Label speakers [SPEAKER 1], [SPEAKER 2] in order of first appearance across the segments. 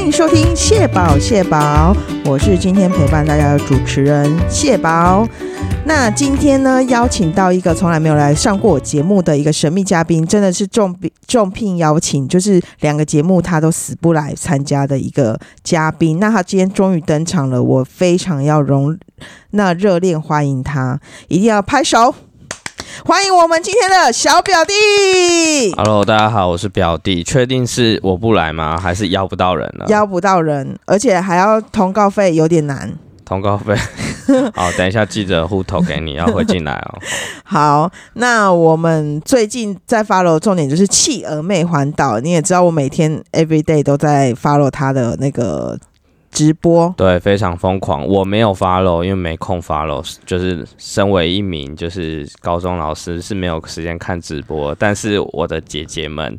[SPEAKER 1] 迎收听蟹宝蟹宝，我是今天陪伴大家的主持人蟹宝。那今天呢，邀请到一个从来没有来上过我节目的一个神秘嘉宾，真的是重聘重聘邀请，就是两个节目他都死不来参加的一个嘉宾。那他今天终于登场了，我非常要容那热烈欢迎他，一定要拍手欢迎我们今天的小表弟。
[SPEAKER 2] Hello，大家好，我是表弟。确定是我不来吗？还是邀不到人了？
[SPEAKER 1] 邀不到人，而且还要通告费，有点难。
[SPEAKER 2] 通告费。好，等一下记者户头给你，要汇进来哦。
[SPEAKER 1] 好，那我们最近在 follow 重点就是企鹅妹环岛，你也知道我每天 every day 都在 follow 她的那个直播。
[SPEAKER 2] 对，非常疯狂。我没有 follow，因为没空 follow。就是身为一名就是高中老师是没有时间看直播，但是我的姐姐们。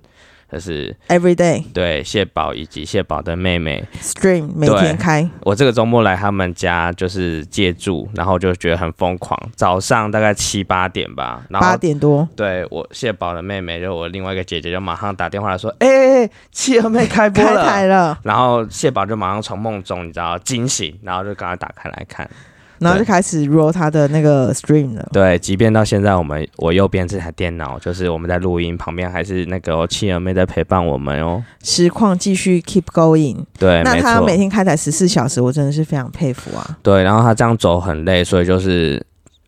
[SPEAKER 2] 就是
[SPEAKER 1] Every day
[SPEAKER 2] 对蟹宝以及蟹宝的妹妹，
[SPEAKER 1] stream 每天开，
[SPEAKER 2] 我这个周末来他们家就是借住，然后就觉得很疯狂。早上大概七八点吧，然后
[SPEAKER 1] 八点多，
[SPEAKER 2] 对我蟹宝的妹妹，就我另外一个姐姐，就马上打电话来说：“哎、欸欸，企鹅妹开播
[SPEAKER 1] 开
[SPEAKER 2] 了。
[SPEAKER 1] 台了，
[SPEAKER 2] 然后蟹宝就马上从梦中，你知道惊醒，然后就赶快打开来看。
[SPEAKER 1] 然后就开始 roll 她的那个 stream 了。
[SPEAKER 2] 对，即便到现在，我们我右边这台电脑就是我们在录音，旁边还是那个、哦、企鹅妹在陪伴我们哦。
[SPEAKER 1] 实况继续 keep going，
[SPEAKER 2] 对，
[SPEAKER 1] 那
[SPEAKER 2] 哎没
[SPEAKER 1] 她
[SPEAKER 2] 错
[SPEAKER 1] 每，天开台十四小时，我真的是非常佩服啊。
[SPEAKER 2] 对。然后她这样走很累，所以就是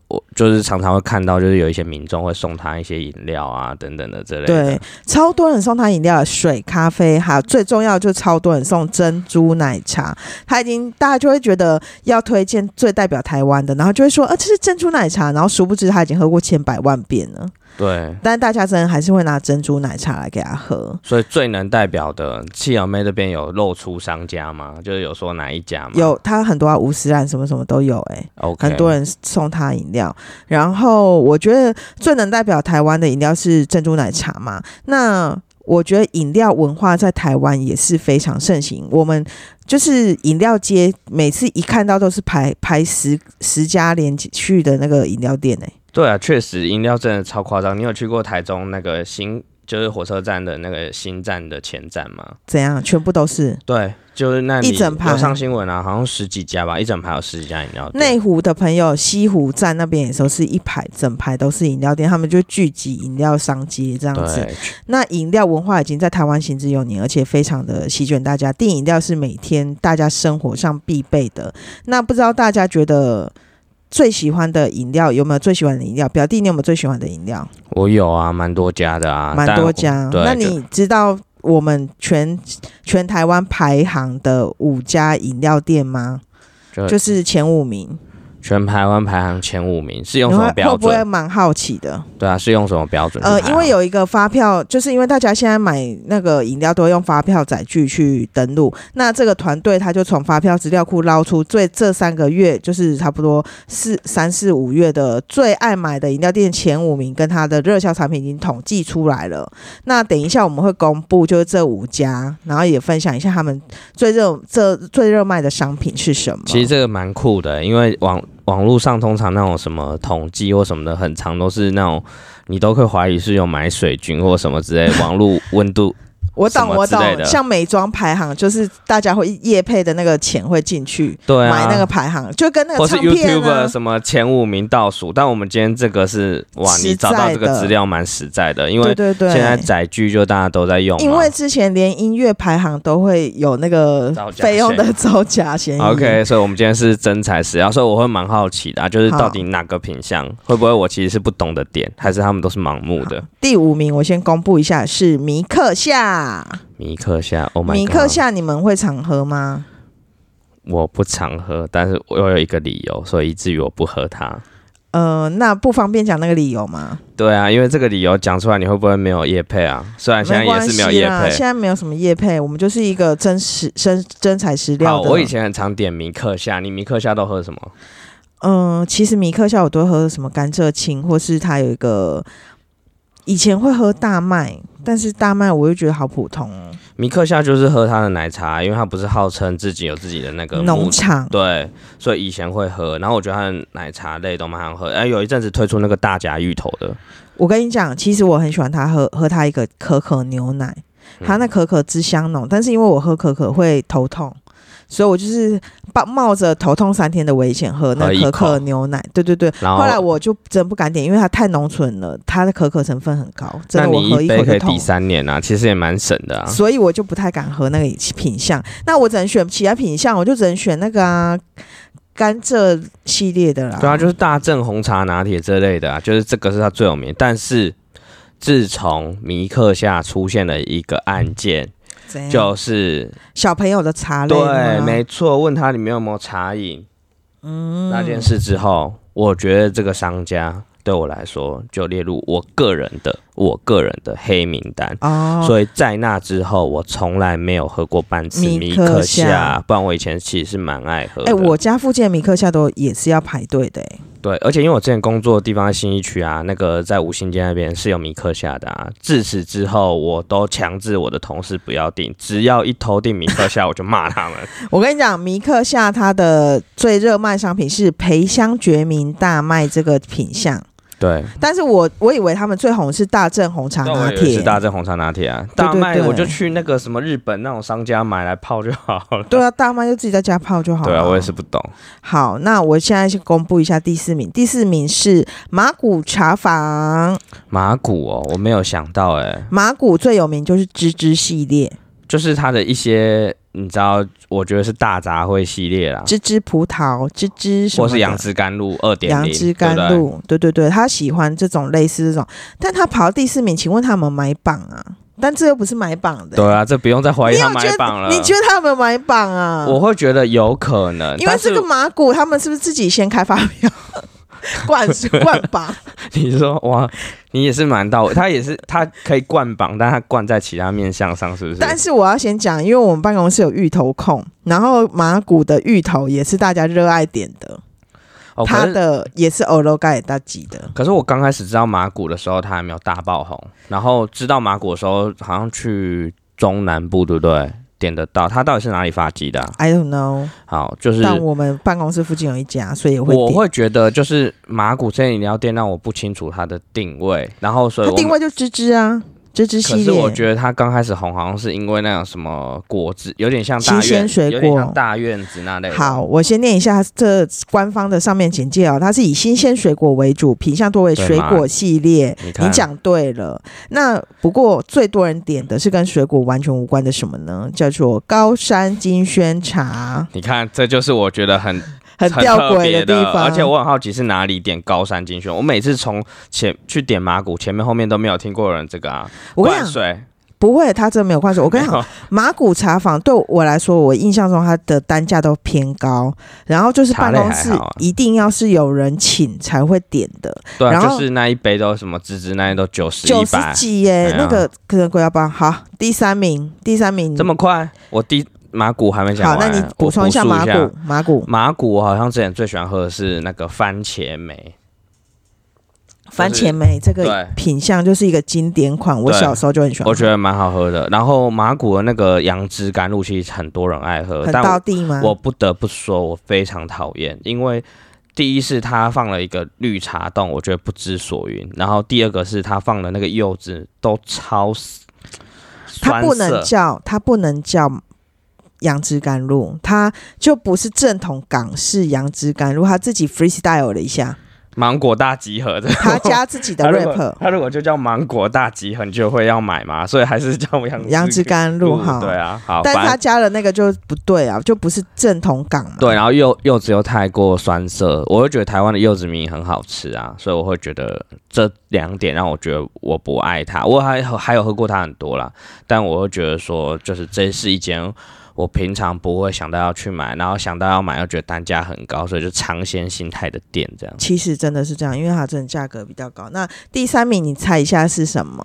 [SPEAKER 2] 我就是常常会看到，就是有一些民众会送她一些饮料啊等等的之类的。
[SPEAKER 1] 对，超多人送他饮料、水、咖啡，还有最重要就是超多人送珍珠奶茶。他已经大家就会觉得要推荐最代表台湾的，然后就会说，呃，这是珍珠奶茶，然后殊不知他已经喝过千百万遍了。
[SPEAKER 2] 对。
[SPEAKER 1] 但大家真的还是会拿珍珠奶茶来给他喝。
[SPEAKER 2] 所以最能代表的七瑶妹这边有露出商家吗？就是有说哪一家吗？
[SPEAKER 1] 有他很多啊，五十兰什么什么都有、欸，
[SPEAKER 2] ，OK，
[SPEAKER 1] 很多人送他饮料，然后我觉得最能代表台湾的饮料是珍珠奶茶嘛。那我觉得饮料文化在台湾也是非常盛行，我们就是饮料街，每次一看到都是排排十十家连续的那个饮料店哎、
[SPEAKER 2] 对啊，确实饮料真的超夸张。你有去过台中那个新，就是火车站的那个新站的前站吗？
[SPEAKER 1] 怎样？全部都是
[SPEAKER 2] 对，就是那里
[SPEAKER 1] 一整排
[SPEAKER 2] 有上新闻啊，好像十几家吧，一整排有十几家饮料店。
[SPEAKER 1] 内湖的朋友，西湖站那边也都是一排整排都是饮料店，他们就聚集饮料商街这样子。
[SPEAKER 2] 对，
[SPEAKER 1] 那饮料文化已经在台湾行之有年，而且非常的席卷大家。订饮料是每天大家生活上必备的。那不知道大家觉得最喜欢的饮料有没有最喜欢的饮料？表弟，你有没有最喜欢的饮料？
[SPEAKER 2] 我有啊，蛮多家的啊，
[SPEAKER 1] 蛮、
[SPEAKER 2] 但
[SPEAKER 1] 多家。
[SPEAKER 2] 对
[SPEAKER 1] 那
[SPEAKER 2] 就
[SPEAKER 1] 你知道我们全全台湾排行的五家饮料店吗？
[SPEAKER 2] 就
[SPEAKER 1] 就是前五名，
[SPEAKER 2] 全台湾排行前五名是用
[SPEAKER 1] 你
[SPEAKER 2] 什
[SPEAKER 1] 会
[SPEAKER 2] 么标
[SPEAKER 1] 会不会
[SPEAKER 2] 准？
[SPEAKER 1] 蛮好奇的？
[SPEAKER 2] 对啊，是用什么标准去排
[SPEAKER 1] 呃
[SPEAKER 2] 啊？，
[SPEAKER 1] 因为有一个发票，就是因为大家现在买那个饮料都会用发票载具去登录，那这个团队他就从发票资料库捞出最这三个月，就是差不多四三四五月的最爱买的饮料店前五名，跟它的热销产品已经统计出来了。那等一下我们会公布就是这五家，然后也分享一下他们最热这最热卖的商品是什么。
[SPEAKER 2] 其实这个蛮酷的，因为网网络上通常那种什么统计或什么的，很长都是那种你都会怀疑是有买水军或什么之类， 网络温度
[SPEAKER 1] 我懂
[SPEAKER 2] 什么
[SPEAKER 1] 我
[SPEAKER 2] 之
[SPEAKER 1] 懂
[SPEAKER 2] 类，的
[SPEAKER 1] 像美妆排行就是大家会业配的那个钱会进去。
[SPEAKER 2] 对啊，
[SPEAKER 1] 买那个排行，就跟那
[SPEAKER 2] 或
[SPEAKER 1] 个
[SPEAKER 2] 是
[SPEAKER 1] 唱片、啊
[SPEAKER 2] YouTube、什么前五名倒数，但我们今天这个是哇，
[SPEAKER 1] 实
[SPEAKER 2] 你找到这
[SPEAKER 1] 在
[SPEAKER 2] 个
[SPEAKER 1] 的
[SPEAKER 2] 资料蛮实在的，因
[SPEAKER 1] 对
[SPEAKER 2] 为
[SPEAKER 1] 对对，
[SPEAKER 2] 现在载具就大家都在用嘛，
[SPEAKER 1] 因为之前连音乐排行都会有那个
[SPEAKER 2] 造假
[SPEAKER 1] 费用的造假嫌疑。
[SPEAKER 2] OK，所以我们今天是真材实料，所以我会蛮好奇的、啊，就是
[SPEAKER 1] 好
[SPEAKER 2] 到底哪个品相会不会我其实是不懂的点，还是他们都是盲目的？
[SPEAKER 1] 第五名我先公布一下是米克夏，
[SPEAKER 2] 米克夏，Oh my，
[SPEAKER 1] 米克夏你们会常喝吗？
[SPEAKER 2] 我不常喝，但是我有一个理由，所以以至于我不喝它。
[SPEAKER 1] 呃，那不方便讲那个理由吗？
[SPEAKER 2] 对啊，因为这个理由讲出来，你会不会没有叶配啊？虽然现在
[SPEAKER 1] 没
[SPEAKER 2] 也
[SPEAKER 1] 关
[SPEAKER 2] 是
[SPEAKER 1] 系啊
[SPEAKER 2] 没有叶
[SPEAKER 1] 啦，现
[SPEAKER 2] 配。
[SPEAKER 1] 在没有什么业配，我们就是一个真实真真材实料
[SPEAKER 2] 好，
[SPEAKER 1] 的。
[SPEAKER 2] 我以前很常点米克夏，你米克夏都喝什么？
[SPEAKER 1] 嗯、其实米克夏我都会喝什么甘蔗青，或是它有一个以前会喝大麦，但是大麦我又觉得好普通哦，
[SPEAKER 2] 米克夏就是喝它的奶茶，因为它不是号称自己有自己的那个牧
[SPEAKER 1] 农场
[SPEAKER 2] 对，所以以前会喝，然后我觉得它的奶茶类都蛮好喝。哎，有一阵子推出那个大甲芋头的，
[SPEAKER 1] 我跟你讲，其实我很喜欢他喝喝他一个可可牛奶，
[SPEAKER 2] 嗯
[SPEAKER 1] 它那可可汁香浓，但是因为我喝可可会头痛，所以我就是冒冒着头痛三天的危险喝那
[SPEAKER 2] 喝一
[SPEAKER 1] 可
[SPEAKER 2] 口
[SPEAKER 1] 可牛奶。对对对，
[SPEAKER 2] 然
[SPEAKER 1] 后来
[SPEAKER 2] 后
[SPEAKER 1] 我就真不敢点，因为它太浓醇了，它的可可成分很高，真
[SPEAKER 2] 那
[SPEAKER 1] 的我
[SPEAKER 2] 你
[SPEAKER 1] 喝
[SPEAKER 2] 一
[SPEAKER 1] 口
[SPEAKER 2] 杯可
[SPEAKER 1] 就
[SPEAKER 2] 以
[SPEAKER 1] 痛
[SPEAKER 2] 抵。三年啊，其实也蛮省的啊。
[SPEAKER 1] 所以我就不太敢喝那个品相，那我只能选其他品相，我就只能选那个啊甘蔗系列的啦。
[SPEAKER 2] 对啊，就是大正红茶拿铁这类的啊，就是这个是它最有名。但是自从尼克夏出现了一个案件，
[SPEAKER 1] 怎样
[SPEAKER 2] 就是
[SPEAKER 1] 小朋友的茶类
[SPEAKER 2] 对，
[SPEAKER 1] 嗯吗
[SPEAKER 2] 没错，问他里面有没有茶饮，嗯，那件事之后，我觉得这个商家对我来说就列入我个人的我个人的黑名单。
[SPEAKER 1] 哦，
[SPEAKER 2] 所以在那之后，我从来没有喝过半次
[SPEAKER 1] 米
[SPEAKER 2] 米
[SPEAKER 1] 克
[SPEAKER 2] 克
[SPEAKER 1] 夏
[SPEAKER 2] 夏，不然我以前其实是蛮爱喝
[SPEAKER 1] 哎、
[SPEAKER 2] 的。
[SPEAKER 1] 我家附近的米克夏都也是要排队的、欸，
[SPEAKER 2] 对，而且因为我之前工作的地方在新一区啊，那个在五星街那边是有米克夏的啊。自此之后，我都强制我的同事不要订，只要一头订米克夏，我就骂他们。
[SPEAKER 1] 我跟你讲，米克夏它的最热卖商品是培香决明大麦这个品相，
[SPEAKER 2] 对，
[SPEAKER 1] 但是我我以为他们最红是大正红茶
[SPEAKER 2] 那
[SPEAKER 1] 拿
[SPEAKER 2] 我也
[SPEAKER 1] 铁
[SPEAKER 2] 是，大正红茶拿铁啊，
[SPEAKER 1] 对
[SPEAKER 2] 大麦
[SPEAKER 1] 对
[SPEAKER 2] 我就去那个什么日本那种商家买来泡就好了。
[SPEAKER 1] 对啊，大麦就自己在家泡就好了。
[SPEAKER 2] 对啊，我也是不懂。
[SPEAKER 1] 好，那我现在先公布一下第四名，第四名是马古茶坊，
[SPEAKER 2] 马古哦，我没有想到哎、
[SPEAKER 1] 马古最有名就是芝芝系列，
[SPEAKER 2] 就是它的一些你知道，我觉得是大杂烩系列啦，
[SPEAKER 1] 芝芝葡萄、芝芝什么
[SPEAKER 2] 或
[SPEAKER 1] 的
[SPEAKER 2] 是杨枝甘露二点
[SPEAKER 1] 杨
[SPEAKER 2] 零，
[SPEAKER 1] 枝甘
[SPEAKER 2] 对不对
[SPEAKER 1] 露，对对对，他喜欢这种类似这种，但他跑到第四名，请问他有没有买榜啊？但这又不是买榜的、
[SPEAKER 2] 对啊，这不用再怀疑
[SPEAKER 1] 你
[SPEAKER 2] 他
[SPEAKER 1] 有觉
[SPEAKER 2] 买榜
[SPEAKER 1] 得
[SPEAKER 2] 了。
[SPEAKER 1] 你觉得他有没有买榜啊？
[SPEAKER 2] 我会觉得有可能，
[SPEAKER 1] 因为
[SPEAKER 2] 但是
[SPEAKER 1] 这个马古他们是不是自己先开发票 灌 灌榜？
[SPEAKER 2] 你说哇，你也是蛮到位，他也是 他可以灌榜，但他灌在其他面相上，是不是？
[SPEAKER 1] 但是我要先讲，因为我们办公室有芋头控，然后马古的芋头也是大家热爱点的，
[SPEAKER 2] 哦，可
[SPEAKER 1] 他
[SPEAKER 2] 是
[SPEAKER 1] 的也是欧罗盖大吉的。
[SPEAKER 2] 可是我刚开始知道马古的时候，他还没有大爆红，然后知道马古的时候，好像去中南部，对不对？点得到，他到底是哪里发迹的啊、
[SPEAKER 1] I don't know，
[SPEAKER 2] 好，就是
[SPEAKER 1] 但我们办公室附近有一家，所以也会
[SPEAKER 2] 我
[SPEAKER 1] 点。
[SPEAKER 2] 会觉得就是马古这间饮料店让我不清楚它的定位，然后所以
[SPEAKER 1] 它
[SPEAKER 2] 我
[SPEAKER 1] 定位就芝芝啊，芝芝系
[SPEAKER 2] 可
[SPEAKER 1] 列。
[SPEAKER 2] 是我觉得他刚开始红，好像是因为那种什么果汁，有点像大
[SPEAKER 1] 新鲜
[SPEAKER 2] 院，
[SPEAKER 1] 水果
[SPEAKER 2] 有点像大院子那类的。
[SPEAKER 1] 好，我先念一下这官方的上面简介哦，它是以新鲜水果为主，品相多为水果系列。
[SPEAKER 2] 你看，
[SPEAKER 1] 你讲对了，那不过最多人点的是跟水果完全无关的什么呢？叫做高山金萱茶，
[SPEAKER 2] 你看，这就是我觉得很
[SPEAKER 1] 很吊
[SPEAKER 2] 特
[SPEAKER 1] 诡
[SPEAKER 2] 别
[SPEAKER 1] 地
[SPEAKER 2] 的
[SPEAKER 1] 方。
[SPEAKER 2] 而且我很好奇是哪里点高山精选，我每次从前去点马古，前面后面都没有听过有人这个啊。
[SPEAKER 1] 我跟你
[SPEAKER 2] 灌
[SPEAKER 1] 讲，
[SPEAKER 2] 水，
[SPEAKER 1] 不会，它真的没有灌水。我跟你讲，
[SPEAKER 2] 讲，
[SPEAKER 1] 马古茶坊对我来说，我印象中它的单价都偏高，然后就是办公室
[SPEAKER 2] 茶类还好啊
[SPEAKER 1] 一定要是有人请才会点的，
[SPEAKER 2] 对
[SPEAKER 1] 然
[SPEAKER 2] 啊，
[SPEAKER 1] 后
[SPEAKER 2] 就是那一杯都什么芝芝，那些都九十
[SPEAKER 1] 九
[SPEAKER 2] 一
[SPEAKER 1] 十
[SPEAKER 2] 百，
[SPEAKER 1] 几耶、
[SPEAKER 2] 哎呀
[SPEAKER 1] 那个可能贵要包。好，第三名，第三名
[SPEAKER 2] 这么快？我第马古还没讲
[SPEAKER 1] 好，
[SPEAKER 2] 完，
[SPEAKER 1] 那你补充一下
[SPEAKER 2] 我
[SPEAKER 1] 马
[SPEAKER 2] 补述
[SPEAKER 1] 古，马古
[SPEAKER 2] 马古我好像之前最喜欢喝的是那个番茄梅，
[SPEAKER 1] 番茄梅这个
[SPEAKER 2] 对
[SPEAKER 1] 品相就是一个经典款，我
[SPEAKER 2] 对
[SPEAKER 1] 小时候就很喜欢喝。
[SPEAKER 2] 我觉得蛮好喝的。然后马古的那个杨枝甘露，其实很多人爱喝，
[SPEAKER 1] 很
[SPEAKER 2] 但
[SPEAKER 1] 到
[SPEAKER 2] 我
[SPEAKER 1] 地吗？
[SPEAKER 2] 我不得不说，我非常讨厌，因为第一是它放了一个绿茶冻，我觉得不知所云；然后第二个是它放的那个柚子都超死
[SPEAKER 1] 它
[SPEAKER 2] 酸
[SPEAKER 1] 不
[SPEAKER 2] 涩
[SPEAKER 1] 能叫它不能叫杨枝甘露，它就不是正统港式杨枝甘露，它自己 freestyle 了一 下，
[SPEAKER 2] 芒果大集合的。
[SPEAKER 1] 他加自己的
[SPEAKER 2] 它如果
[SPEAKER 1] rap
[SPEAKER 2] 它如果就叫芒果大集合，你就会要买嘛，所以还是叫杨
[SPEAKER 1] 杨枝甘露哈。
[SPEAKER 2] 对啊，好，
[SPEAKER 1] 但是
[SPEAKER 2] 反
[SPEAKER 1] 他加了那个就不对啊，就不是正统港啊嘛。
[SPEAKER 2] 对，然后啊柚柚子又太过酸涩，我会觉得台湾的柚子米很好吃啊，所以我会觉得这两点让我觉得我不爱它。我还还有喝过它很多啦，但我会觉得说，就是这是一间我平常不会想到要去买，然后想到要买又觉得单价很高，所以就尝鲜心态的店这样。
[SPEAKER 1] 其实真的是这样，因为它真的价格比较高。那第三名，你猜一下是什么？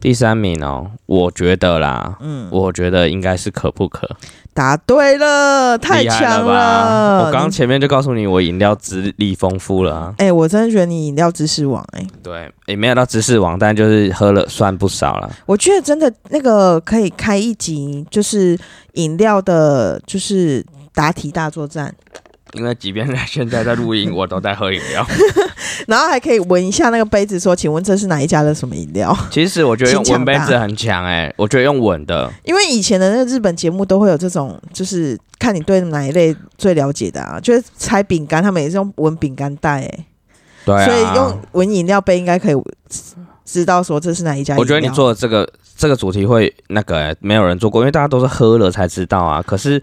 [SPEAKER 2] 第三名哦，我觉得啦，嗯，我觉得应该是可不可，
[SPEAKER 1] 答对了，太
[SPEAKER 2] 厉害
[SPEAKER 1] 强
[SPEAKER 2] 吧？我刚
[SPEAKER 1] 你
[SPEAKER 2] 前面就告诉你，我饮料资历丰富了啊。
[SPEAKER 1] 哎、我真的觉得你饮料知识王哎、
[SPEAKER 2] 对，也没有到知识王，但就是喝了算不少了。
[SPEAKER 1] 我觉得真的那个可以开一集，就是饮料的，就是答题大作战。
[SPEAKER 2] 因为即便在现在在录 音，我都在喝饮料。
[SPEAKER 1] 然后还可以闻一下那个杯子，说：“请问这是哪一家的什么饮料
[SPEAKER 2] 其实我觉得用
[SPEAKER 1] 请抢
[SPEAKER 2] 闻杯
[SPEAKER 1] 答
[SPEAKER 2] 子很强哎、我觉得用闻的，？”
[SPEAKER 1] 因为以前的那个日本节目都会有这种，就是看你对哪一类最了解的啊，就是拆饼干，他们也是用闻饼干袋、欸，
[SPEAKER 2] 对啊。
[SPEAKER 1] 所以用闻饮料杯应该可以知道说这是哪一家饮料。
[SPEAKER 2] 我觉得你做的这个这个主题会那个、欸、没有人做过，因为大家都是喝了才知道啊。可是，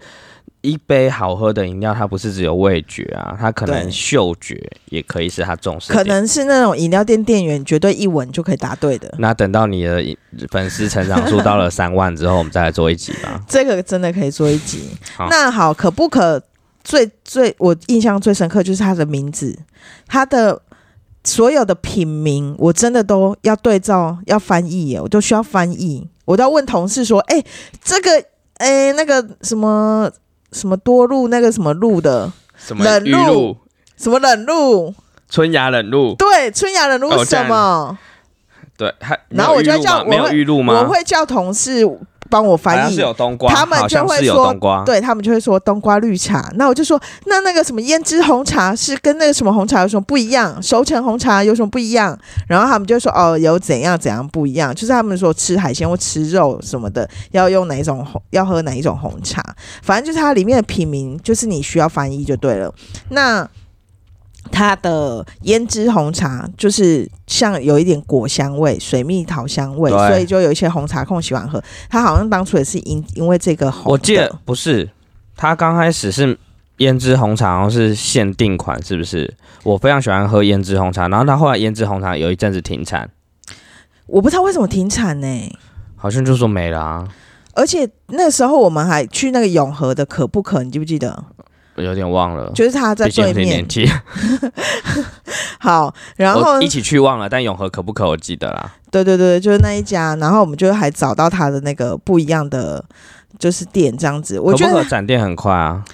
[SPEAKER 2] 一杯好喝的饮料，它不是只有味觉啊，它可能
[SPEAKER 1] 对
[SPEAKER 2] 嗅觉也可以是它重视的
[SPEAKER 1] 可
[SPEAKER 2] 点。
[SPEAKER 1] 能是那种饮料店店员绝对一闻就可以答对的，
[SPEAKER 2] 那等到你的饮粉丝成长数到了三万之后，我们再来做一集吧。
[SPEAKER 1] 这个真的可以做一集
[SPEAKER 2] 好。
[SPEAKER 1] 那好，可不可最最我印象最深刻就是它的名字，它的所有的品名我真的都要对照要翻译耶，我都需要翻译，我都要问同事说，哎、这个哎、那个什么什么多路那个什么路的
[SPEAKER 2] 什
[SPEAKER 1] 么冷露玉露、什么冷路，
[SPEAKER 2] 春芽冷露？
[SPEAKER 1] 对，春芽冷路
[SPEAKER 2] 哦
[SPEAKER 1] 是
[SPEAKER 2] 这样
[SPEAKER 1] 什么？
[SPEAKER 2] 对，还
[SPEAKER 1] 然后我就会叫
[SPEAKER 2] 没有
[SPEAKER 1] 我会
[SPEAKER 2] 玉露吗？
[SPEAKER 1] 我会叫同事帮我
[SPEAKER 2] 好像
[SPEAKER 1] 翻译
[SPEAKER 2] 是，有冬瓜，
[SPEAKER 1] 他们就
[SPEAKER 2] 好像
[SPEAKER 1] 会
[SPEAKER 2] 是有
[SPEAKER 1] 说
[SPEAKER 2] 冬瓜。
[SPEAKER 1] 对他们就会说冬瓜绿茶。那我就说，那那个什么胭脂红茶是跟那个什么红茶有什么不一样？熟成红茶有什么不一样？然后他们就说，哦，有怎样怎样不一样，就是他们说吃海鲜或吃肉什么的，要用哪一种红，要喝哪一种红茶，反正就是它里面的品名，就是你需要翻译就对了。那它的胭脂红茶就是像有一点果香味、水蜜桃香味，
[SPEAKER 2] 对
[SPEAKER 1] 所以就有一些红茶控喜欢喝。它好像当初也是因因为这个红的，
[SPEAKER 2] 我记得不是，它刚开始是胭脂红茶，好像是限定款，是不是？我非常喜欢喝胭脂红茶，然后它后来胭脂红茶有一阵子停产，
[SPEAKER 1] 我不知道为什么停产呢、
[SPEAKER 2] 好像就说没了啊，
[SPEAKER 1] 而且那时候我们还去那个永和的可不可，你记不记得？
[SPEAKER 2] 我有点忘了。
[SPEAKER 1] 就是他在
[SPEAKER 2] 哦毕竟
[SPEAKER 1] 对
[SPEAKER 2] 有点
[SPEAKER 1] 面
[SPEAKER 2] 年。纪，
[SPEAKER 1] 好，然后
[SPEAKER 2] 我一起去忘了，但永和可不可我记得啦。
[SPEAKER 1] 对对对，就是那一家，然后我们就还找到他的那个不一样的就是店这样子。我觉
[SPEAKER 2] 可不可
[SPEAKER 1] 得
[SPEAKER 2] 展店很快啊，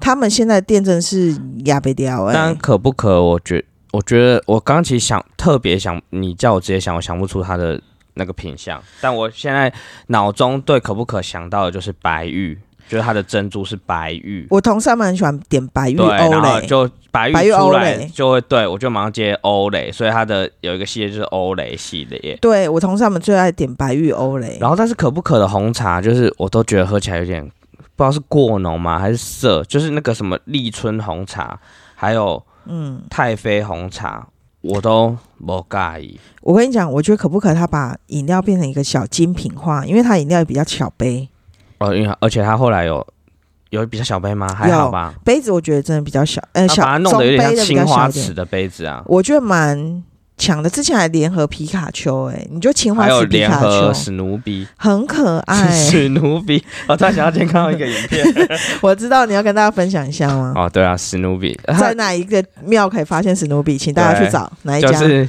[SPEAKER 1] 他们现在的店真是亚贝雕哎
[SPEAKER 2] 但，可不可我觉我觉得我刚其实想特别想，你叫我直接想，我想不出它的那个品相。但我现在脑中对可不可想到的就是白玉，就是它的珍珠是白玉。
[SPEAKER 1] 我同事他们很喜欢点白玉
[SPEAKER 2] 对，
[SPEAKER 1] 欧
[SPEAKER 2] 然后
[SPEAKER 1] 蕾，
[SPEAKER 2] 就白玉
[SPEAKER 1] 白玉
[SPEAKER 2] 出
[SPEAKER 1] 欧
[SPEAKER 2] 来
[SPEAKER 1] 蕾
[SPEAKER 2] 就会对我就马上接欧蕾，所以它的有一个系列就是欧蕾系列。
[SPEAKER 1] 对我同事他们最爱点白玉欧蕾，
[SPEAKER 2] 然后但是可不可的红茶，就是我都觉得喝起来有点不知道是过浓吗还是涩，就是那个什么立春红茶，还有
[SPEAKER 1] 嗯，
[SPEAKER 2] 太妃红茶，我都不介意。
[SPEAKER 1] 我跟你讲，我觉得可不可他把饮料变成一个小精品化，因为他饮料也比较小杯，
[SPEAKER 2] 哦，因为而且它后来有有比较小杯吗？还好吧，
[SPEAKER 1] 杯子我觉得真的比较小，呃，
[SPEAKER 2] 它
[SPEAKER 1] 小
[SPEAKER 2] 啊把它弄
[SPEAKER 1] 中
[SPEAKER 2] 得有
[SPEAKER 1] 杯
[SPEAKER 2] 点像
[SPEAKER 1] 的比较
[SPEAKER 2] 青
[SPEAKER 1] 小
[SPEAKER 2] 花
[SPEAKER 1] 一点
[SPEAKER 2] 瓷，的杯子啊，
[SPEAKER 1] 我觉得蛮强的。之前还联合皮卡丘、欸，哎，你觉得青花
[SPEAKER 2] 还有
[SPEAKER 1] 瓷皮
[SPEAKER 2] 联
[SPEAKER 1] 卡
[SPEAKER 2] 合
[SPEAKER 1] 丘
[SPEAKER 2] 史努比。
[SPEAKER 1] 很可 爱、
[SPEAKER 2] 史努比，我突然想到今天看到一个影 片，
[SPEAKER 1] 我知道你要跟大家分享一下吗？
[SPEAKER 2] 哦，对啊，史努比，
[SPEAKER 1] 在哪一个庙可以发现史努比？请大家去找哪一家？
[SPEAKER 2] 就是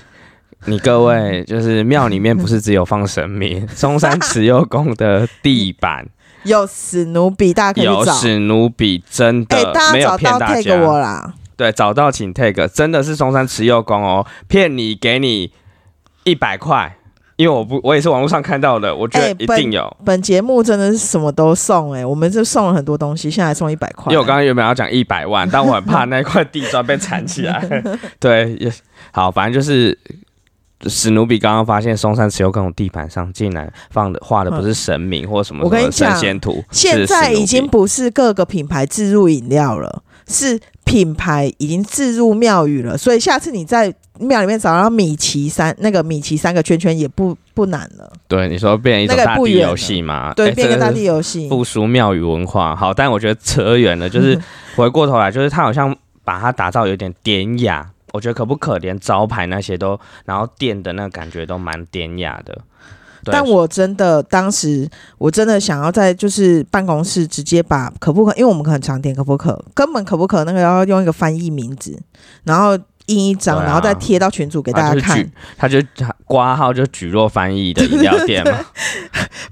[SPEAKER 2] 你各位，就是庙里面不是只有放 神明，中山慈幼宫的地板
[SPEAKER 1] 有史努比，大家可以
[SPEAKER 2] 有
[SPEAKER 1] 去找。
[SPEAKER 2] 史努比，真
[SPEAKER 1] 哎、
[SPEAKER 2] 的
[SPEAKER 1] 大
[SPEAKER 2] 没有
[SPEAKER 1] 家
[SPEAKER 2] 骗
[SPEAKER 1] 找到
[SPEAKER 2] 大
[SPEAKER 1] take 我
[SPEAKER 2] 家。
[SPEAKER 1] 啦！
[SPEAKER 2] 对，找到请 take，真的是中山慈幼宫哦，骗你给你一百块，因为我不，我也是网络上看到的，我觉得
[SPEAKER 1] 哎
[SPEAKER 2] 一
[SPEAKER 1] 本
[SPEAKER 2] 定有。
[SPEAKER 1] 本节目真的是什么都送哎、我们就送了很多东西，现在还送一百块。
[SPEAKER 2] 因为我刚刚原本要讲一百万，但我很怕那块地砖被铲起 来。对，也好，反正就是史努比刚刚发现松山慈幼宫的地板上竟然放的画的不是神明或什么
[SPEAKER 1] 我跟
[SPEAKER 2] 什
[SPEAKER 1] 你
[SPEAKER 2] 么神
[SPEAKER 1] 讲
[SPEAKER 2] 仙图，
[SPEAKER 1] 现
[SPEAKER 2] 是
[SPEAKER 1] 在
[SPEAKER 2] 史努
[SPEAKER 1] 已经
[SPEAKER 2] 比
[SPEAKER 1] 不是各个品牌置入饮料了，是品牌已经置入庙宇了。所以下次你在庙里面找到米奇三那个米奇三个圈圈也不不难了，
[SPEAKER 2] 对你说变成一种
[SPEAKER 1] 那个
[SPEAKER 2] 大
[SPEAKER 1] 不
[SPEAKER 2] 地
[SPEAKER 1] 远
[SPEAKER 2] 游
[SPEAKER 1] 了
[SPEAKER 2] 戏嘛？
[SPEAKER 1] 对，
[SPEAKER 2] 哎
[SPEAKER 1] 变
[SPEAKER 2] 这
[SPEAKER 1] 个大
[SPEAKER 2] 是
[SPEAKER 1] 地游戏。
[SPEAKER 2] 不输庙宇文化。好，但我觉得扯远了，就是 回过头来，就是他好像把它打造有点典雅。我觉得可不可连招牌那些都，然后店的那个感觉都蛮典雅的。对
[SPEAKER 1] 但我真的当时我真的想要在就是办公室直接把可不可，因为我们很常点可不可，根本可不可那个要用一个翻译名字，然后印一张，
[SPEAKER 2] 对啊
[SPEAKER 1] 然后再贴到群组给
[SPEAKER 2] 他
[SPEAKER 1] 大
[SPEAKER 2] 就
[SPEAKER 1] 家
[SPEAKER 2] 是
[SPEAKER 1] 看。
[SPEAKER 2] 举他就他挂号就举弱翻译的饮料店嘛，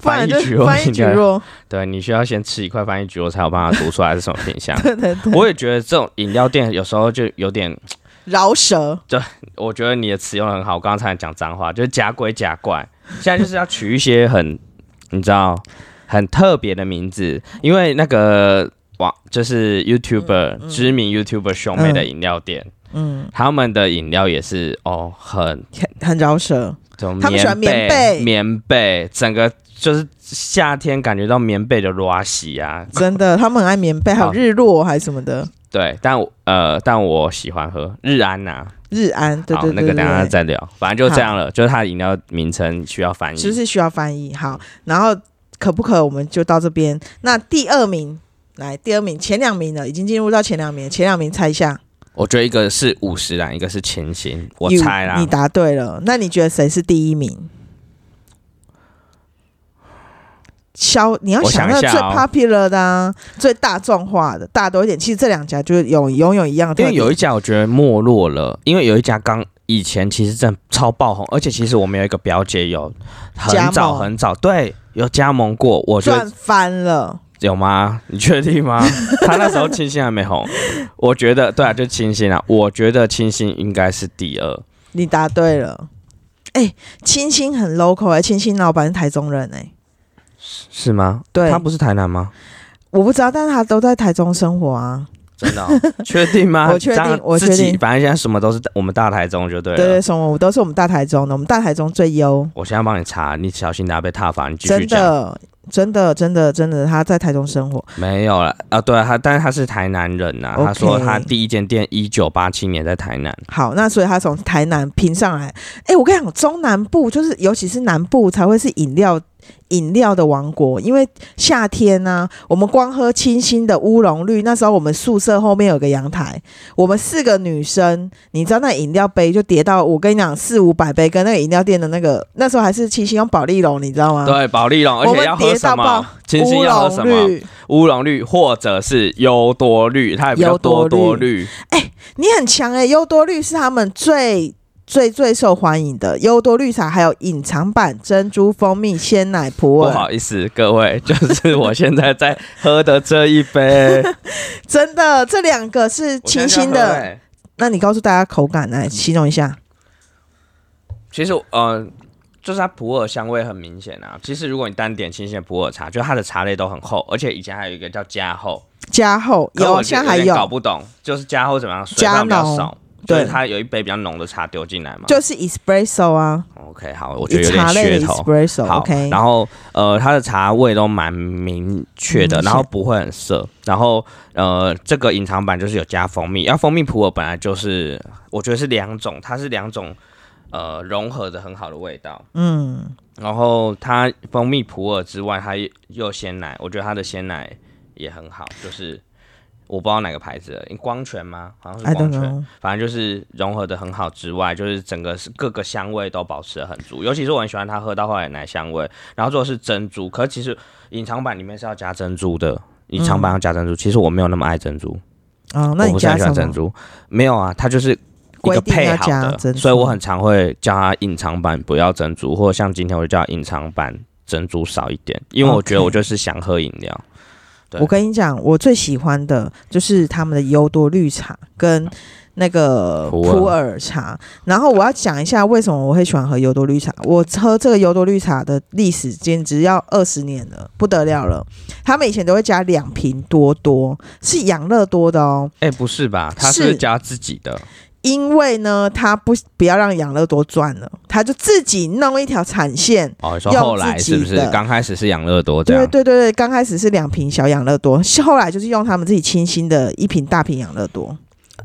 [SPEAKER 1] 不然就
[SPEAKER 2] 翻译橘肉
[SPEAKER 1] 翻译哦
[SPEAKER 2] 应
[SPEAKER 1] 橘
[SPEAKER 2] 该
[SPEAKER 1] 肉，
[SPEAKER 2] 对你需要先吃一块翻译橘肉才有办法读出来是什么品相。
[SPEAKER 1] 对对对，
[SPEAKER 2] 我也觉得这种饮料店有时候就有点，
[SPEAKER 1] 饶舌，
[SPEAKER 2] 我觉得你的词用得很好。我刚刚才讲脏话，就是假鬼假怪。现在就是要取一些很，你知道，很特别的名字，因为那个网就是 YouTuber、知名 YouTuber 兄妹的饮料店，
[SPEAKER 1] 嗯，
[SPEAKER 2] 他们的饮料也是哦很
[SPEAKER 1] 很很饶 舌，
[SPEAKER 2] 怎么
[SPEAKER 1] 他们喜欢棉被
[SPEAKER 2] 棉被，整个就是夏天感觉到棉被的拉洗啊。
[SPEAKER 1] 真的，他们很爱棉被，还有
[SPEAKER 2] 好
[SPEAKER 1] 日落还是什么的，
[SPEAKER 2] 对，但我呃，但我喜欢喝日安呐、
[SPEAKER 1] 日安，对
[SPEAKER 2] 好，
[SPEAKER 1] 对对
[SPEAKER 2] 那个
[SPEAKER 1] 对
[SPEAKER 2] 等一下
[SPEAKER 1] 对，
[SPEAKER 2] 再聊。反正就这样了，就是它的饮料名称需要翻译。
[SPEAKER 1] 就是需要翻译。好，然后可不可我们就到这边？那第二名来，第二名前两名了，已经进入到前两名，前两名猜一下，
[SPEAKER 2] 我觉得一个是五十岚，一个是千星，我
[SPEAKER 1] You，
[SPEAKER 2] 猜啦
[SPEAKER 1] 你。答对了。那你觉得谁是第一名？消，你要
[SPEAKER 2] 我想
[SPEAKER 1] 到
[SPEAKER 2] 一
[SPEAKER 1] 最
[SPEAKER 2] 下哦
[SPEAKER 1] popular 的、啊，最大众化的，大家都有点。其实这两家就是有拥有一样的
[SPEAKER 2] 因
[SPEAKER 1] 特
[SPEAKER 2] 为
[SPEAKER 1] 点，
[SPEAKER 2] 有一家我觉得没落了，因为有一家刚以前其实真的超爆红，而且其实我们有一个表姐有很
[SPEAKER 1] 加
[SPEAKER 2] 早
[SPEAKER 1] 盟
[SPEAKER 2] 很早对有加盟过，我觉得
[SPEAKER 1] 赚翻了。
[SPEAKER 2] 有吗？你确定 吗？他那时候清新还没红，我觉得对啊，就清新啊，我觉得清新应该是第二。
[SPEAKER 1] 你答对了。哎、清新很 local 哎、清新老板是台中人哎、
[SPEAKER 2] 是吗？
[SPEAKER 1] 对
[SPEAKER 2] 他不是台南吗？
[SPEAKER 1] 我不知道，但是他都在台中生活啊。
[SPEAKER 2] 真的哦、确定吗？
[SPEAKER 1] 我确定
[SPEAKER 2] 这样
[SPEAKER 1] 我确定
[SPEAKER 2] 自己反正现在什么都是我们大台中就对啊了。
[SPEAKER 1] 对对，什么我都是我们大台中的，我们大台中最优，
[SPEAKER 2] 我现在帮你查，你小心等下被踏伐。你继续
[SPEAKER 1] 真
[SPEAKER 2] 讲。
[SPEAKER 1] 的，真的，真的，真的，他在台中生活。
[SPEAKER 2] 没有了啊，对啊他，但是他是台南人呐、
[SPEAKER 1] OK
[SPEAKER 2] 他说他第一间店一九八七年在台南，
[SPEAKER 1] 好，那所以他从台南拼上来。哎、我跟你讲，中南部就是尤其是南部才会是饮料饮料的王国，因为夏天呢、我们光喝清新的乌龙绿，那时候我们宿舍后面有个阳台，我们四个女生，你知道那饮料杯就叠到我跟你讲四五百杯，跟那个饮料店的那个那时候还是清新用保利龙，你知道吗？
[SPEAKER 2] 对，保利
[SPEAKER 1] 啊
[SPEAKER 2] 龙，
[SPEAKER 1] 我
[SPEAKER 2] 而
[SPEAKER 1] 们
[SPEAKER 2] 且要喝
[SPEAKER 1] 叠到
[SPEAKER 2] 什
[SPEAKER 1] 爆
[SPEAKER 2] 么？清新
[SPEAKER 1] 乌
[SPEAKER 2] 要喝什
[SPEAKER 1] 龙
[SPEAKER 2] 么？
[SPEAKER 1] 绿，
[SPEAKER 2] 乌龙绿或者是优多绿，它也不叫多多绿。
[SPEAKER 1] 你很强哎、优多绿是他们最最最受欢迎的。优多绿茶还有隐藏版珍珠蜂蜜鲜奶普
[SPEAKER 2] 不
[SPEAKER 1] 洱，
[SPEAKER 2] 好意思，各位，就是我现在在喝的这一 杯
[SPEAKER 1] 真的这两个是清新
[SPEAKER 2] 我现在就要喝
[SPEAKER 1] 的。
[SPEAKER 2] 欸
[SPEAKER 1] 那你告诉大家口感来形容一下，
[SPEAKER 2] 其实，呃，就是它普洱香味很明显啊。其实，如果你单点清新的普洱茶，就它的茶类都很厚，而且以前还有一个叫加厚，
[SPEAKER 1] 加厚
[SPEAKER 2] 可是
[SPEAKER 1] 有，
[SPEAKER 2] 我
[SPEAKER 1] 现在
[SPEAKER 2] 有
[SPEAKER 1] 还
[SPEAKER 2] 点搞
[SPEAKER 1] 有，
[SPEAKER 2] 不懂，就是加厚怎么样，水
[SPEAKER 1] 加
[SPEAKER 2] 分比较
[SPEAKER 1] 浓
[SPEAKER 2] 少，
[SPEAKER 1] 对
[SPEAKER 2] 就是它有一杯比较浓的茶丢进来嘛。
[SPEAKER 1] 就是 espresso 啊，
[SPEAKER 2] OK，好，我觉得有点
[SPEAKER 1] 茶类
[SPEAKER 2] 噱
[SPEAKER 1] 的
[SPEAKER 2] 头。好
[SPEAKER 1] espresso，OK，、
[SPEAKER 2] 然后呃，它的茶味都蛮明确的，
[SPEAKER 1] 嗯
[SPEAKER 2] 然后
[SPEAKER 1] 是
[SPEAKER 2] 不会很涩，然后呃，这个隐藏版就是有加蜂蜜，然啊后蜂蜜普洱本来就是，我觉得是两种，它是两种呃融合的很好的味道，
[SPEAKER 1] 嗯，
[SPEAKER 2] 然后它蜂蜜普洱之外，它又又有鲜奶，我觉得它的鲜奶也很好，就是我不知道哪个牌子的，光泉吗？好像
[SPEAKER 1] I
[SPEAKER 2] 是
[SPEAKER 1] don't
[SPEAKER 2] 光泉，
[SPEAKER 1] know，
[SPEAKER 2] 反正就是融合的很好之外，就是整个是各个香味都保持的很足，尤其是我很喜欢它喝到后来的奶香味，然后做的是珍珠，可是其实隐藏版里面是要加珍珠的。隐藏
[SPEAKER 1] 嗯
[SPEAKER 2] 版要加珍珠，其实我没有那么爱珍珠，
[SPEAKER 1] 哦，那
[SPEAKER 2] 我
[SPEAKER 1] 你
[SPEAKER 2] 不是很
[SPEAKER 1] 加
[SPEAKER 2] 喜
[SPEAKER 1] 什
[SPEAKER 2] 欢珍
[SPEAKER 1] 么？
[SPEAKER 2] 珠。没有啊，它就是一
[SPEAKER 1] 规
[SPEAKER 2] 个
[SPEAKER 1] 定
[SPEAKER 2] 配
[SPEAKER 1] 要
[SPEAKER 2] 好
[SPEAKER 1] 加珍
[SPEAKER 2] 的，
[SPEAKER 1] 珠
[SPEAKER 2] 所以我很常会叫它隐藏版不要珍珠，或者像今天我就叫隐藏版珍珠少一点，因为我觉得
[SPEAKER 1] OK
[SPEAKER 2] 我就是想喝饮料。对
[SPEAKER 1] 我跟你讲，我最喜欢的就是他们的优多绿茶跟那个
[SPEAKER 2] 普洱
[SPEAKER 1] 普洱茶。然后我要讲一下为什么我会喜欢喝优多绿茶。我喝这个优多绿茶的历史简直要二十年了，不得了了。他们以前都会加两瓶多多，是养乐多的哦。
[SPEAKER 2] 哎、不是吧？它是不
[SPEAKER 1] 是
[SPEAKER 2] 是加自己的，
[SPEAKER 1] 因为呢，他不不要让养乐多赚了，他就自己弄一条产线，
[SPEAKER 2] 哦，你说
[SPEAKER 1] 用
[SPEAKER 2] 后来
[SPEAKER 1] 自己
[SPEAKER 2] 是不是
[SPEAKER 1] 的
[SPEAKER 2] 刚开始是养乐多这
[SPEAKER 1] 对
[SPEAKER 2] 样？
[SPEAKER 1] 对对对，刚开始是两瓶小养乐多， 后来就是用他们自己清新的一瓶大瓶养乐多，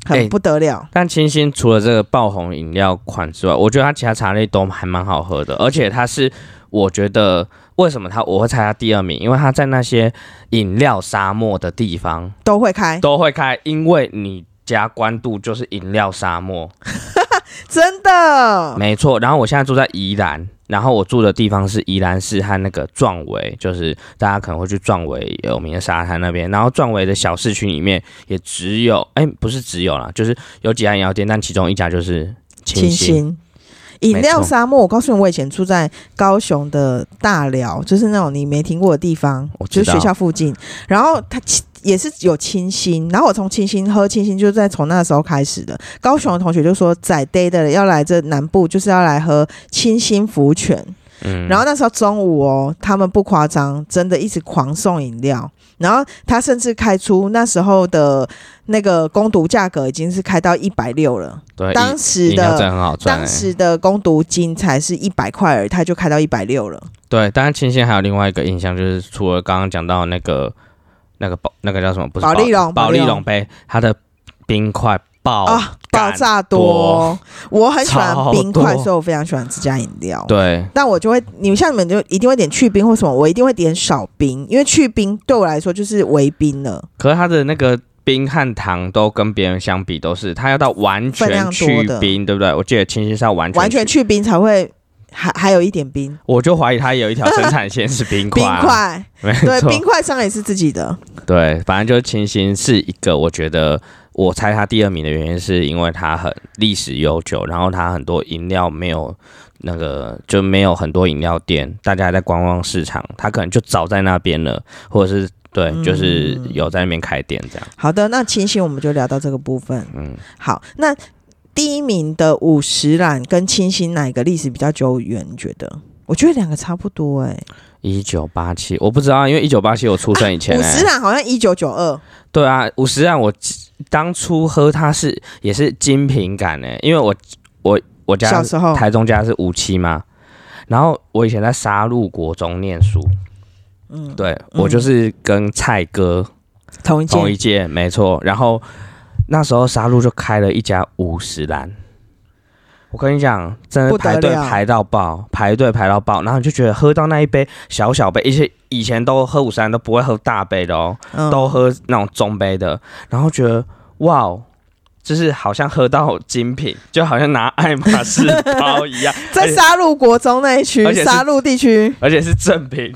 [SPEAKER 1] 很
[SPEAKER 2] 哎
[SPEAKER 1] 不得了。
[SPEAKER 2] 但清新除了这个爆红饮料款之外，我觉得它其他茶类都还蛮好喝的，而且它是我觉得为什么它我会猜它第二名，因为它在那些饮料沙漠的地方，
[SPEAKER 1] 都会开，
[SPEAKER 2] 都会开，因为你家关渡就是饮料沙漠，
[SPEAKER 1] 真的。
[SPEAKER 2] 没错。然后我现在住在宜兰，然后我住的地方是宜兰市和那个壮围，就是大家可能会去壮围有名的沙滩那边。然后壮围的小市区里面也只有，哎、不是只有啦，就是有几家饮料店，但其中一家就是清
[SPEAKER 1] 清
[SPEAKER 2] 新。
[SPEAKER 1] 新。饮料沙漠，我告诉你，我以前住在高雄的大寮，就是那种你没听过的地方
[SPEAKER 2] 我，
[SPEAKER 1] 就
[SPEAKER 2] 知
[SPEAKER 1] 是
[SPEAKER 2] 道
[SPEAKER 1] 学校附近。然后它其也是有清新，然后我从清新喝清新，就是在从那时候开始的。高雄的同学就说，在 day 的要来这南部，就是要来喝清新福泉。
[SPEAKER 2] 嗯，
[SPEAKER 1] 然后那时候中午哦，他们不夸张，真的一直狂送饮料。然后他甚至开出那时候的那个攻读价格已经是开到一百六了，
[SPEAKER 2] 对，
[SPEAKER 1] 当
[SPEAKER 2] 呃饮
[SPEAKER 1] 时
[SPEAKER 2] 饮料真的
[SPEAKER 1] 的
[SPEAKER 2] 很好赚、
[SPEAKER 1] 当
[SPEAKER 2] 欸，
[SPEAKER 1] 时的攻读金才是一百块而已，他就开到一百六了。
[SPEAKER 2] 对。但是清新还有另外一个印象，就是除了刚刚讲到那个那个保那个叫什么，不是
[SPEAKER 1] 保利龙
[SPEAKER 2] 保
[SPEAKER 1] 保利
[SPEAKER 2] 利
[SPEAKER 1] 龙
[SPEAKER 2] 龙杯，它的冰块爆、
[SPEAKER 1] 啊，爆
[SPEAKER 2] 干
[SPEAKER 1] 炸多！我很喜欢
[SPEAKER 2] 超
[SPEAKER 1] 冰块，
[SPEAKER 2] 多
[SPEAKER 1] 所以我非常喜欢这家饮料。
[SPEAKER 2] 对，
[SPEAKER 1] 但我就会，你们像你们就一定会点去冰或什么，我一定会点少冰，因为去冰对我来说就是微冰了。
[SPEAKER 2] 可是它的那个冰和糖都跟别人相比都是，它要到完
[SPEAKER 1] 分量
[SPEAKER 2] 全
[SPEAKER 1] 多
[SPEAKER 2] 去
[SPEAKER 1] 的
[SPEAKER 2] 冰，对不对？我记得清新是要完全
[SPEAKER 1] 完全
[SPEAKER 2] 去，
[SPEAKER 1] 去冰才会还还有一点冰
[SPEAKER 2] 我就怀疑它有一条生产线是冰 块
[SPEAKER 1] 冰
[SPEAKER 2] 啊、
[SPEAKER 1] 块，
[SPEAKER 2] 没错，
[SPEAKER 1] 对，冰块商也是自己的，
[SPEAKER 2] 对，反正就是清新是一个，我觉得我猜它第二名的原因是因为它很历史悠久，然后它很多饮料没有那个就没有很多饮料店，大家还在观望市场，它可能就早在那边了，或者是对，就是有在那边开店这样。
[SPEAKER 1] 好的，那清新我们就聊到这个部分。
[SPEAKER 2] 嗯，
[SPEAKER 1] 好，那第一名的五十岚跟清新哪一个历史比较久远？你觉得？我觉得两个差不多哎、
[SPEAKER 2] 一九八七我不知道，因为一九八七我出生以前、
[SPEAKER 1] 啊
[SPEAKER 2] 欸，
[SPEAKER 1] 五十岚好像一九九二，
[SPEAKER 2] 对啊，五十让我当初喝它是也是精品感呢、因为我我我家
[SPEAKER 1] 小时候
[SPEAKER 2] 台中家是五七嘛，然后我以前在沙鹿国中念书，
[SPEAKER 1] 嗯，
[SPEAKER 2] 对、我就是跟蔡哥
[SPEAKER 1] 同一
[SPEAKER 2] 同一
[SPEAKER 1] 届。
[SPEAKER 2] 届，没错。然后那时候沙鹿就开了一家五十兰，我跟你讲，真的
[SPEAKER 1] 不得
[SPEAKER 2] 排队
[SPEAKER 1] 了
[SPEAKER 2] 排到爆，排队排到爆，然后你就觉得喝到那一杯小小杯，而且以前都喝五十兰都不会喝大杯的哦，
[SPEAKER 1] 嗯
[SPEAKER 2] 都喝那种中杯的，然后觉得哇哦，就是好像喝到精品，就好像拿爱马仕包一样，而
[SPEAKER 1] 在
[SPEAKER 2] 且
[SPEAKER 1] 沙鹿国中那一区
[SPEAKER 2] 而且，是
[SPEAKER 1] 沙鹿地区
[SPEAKER 2] 而且是正 品，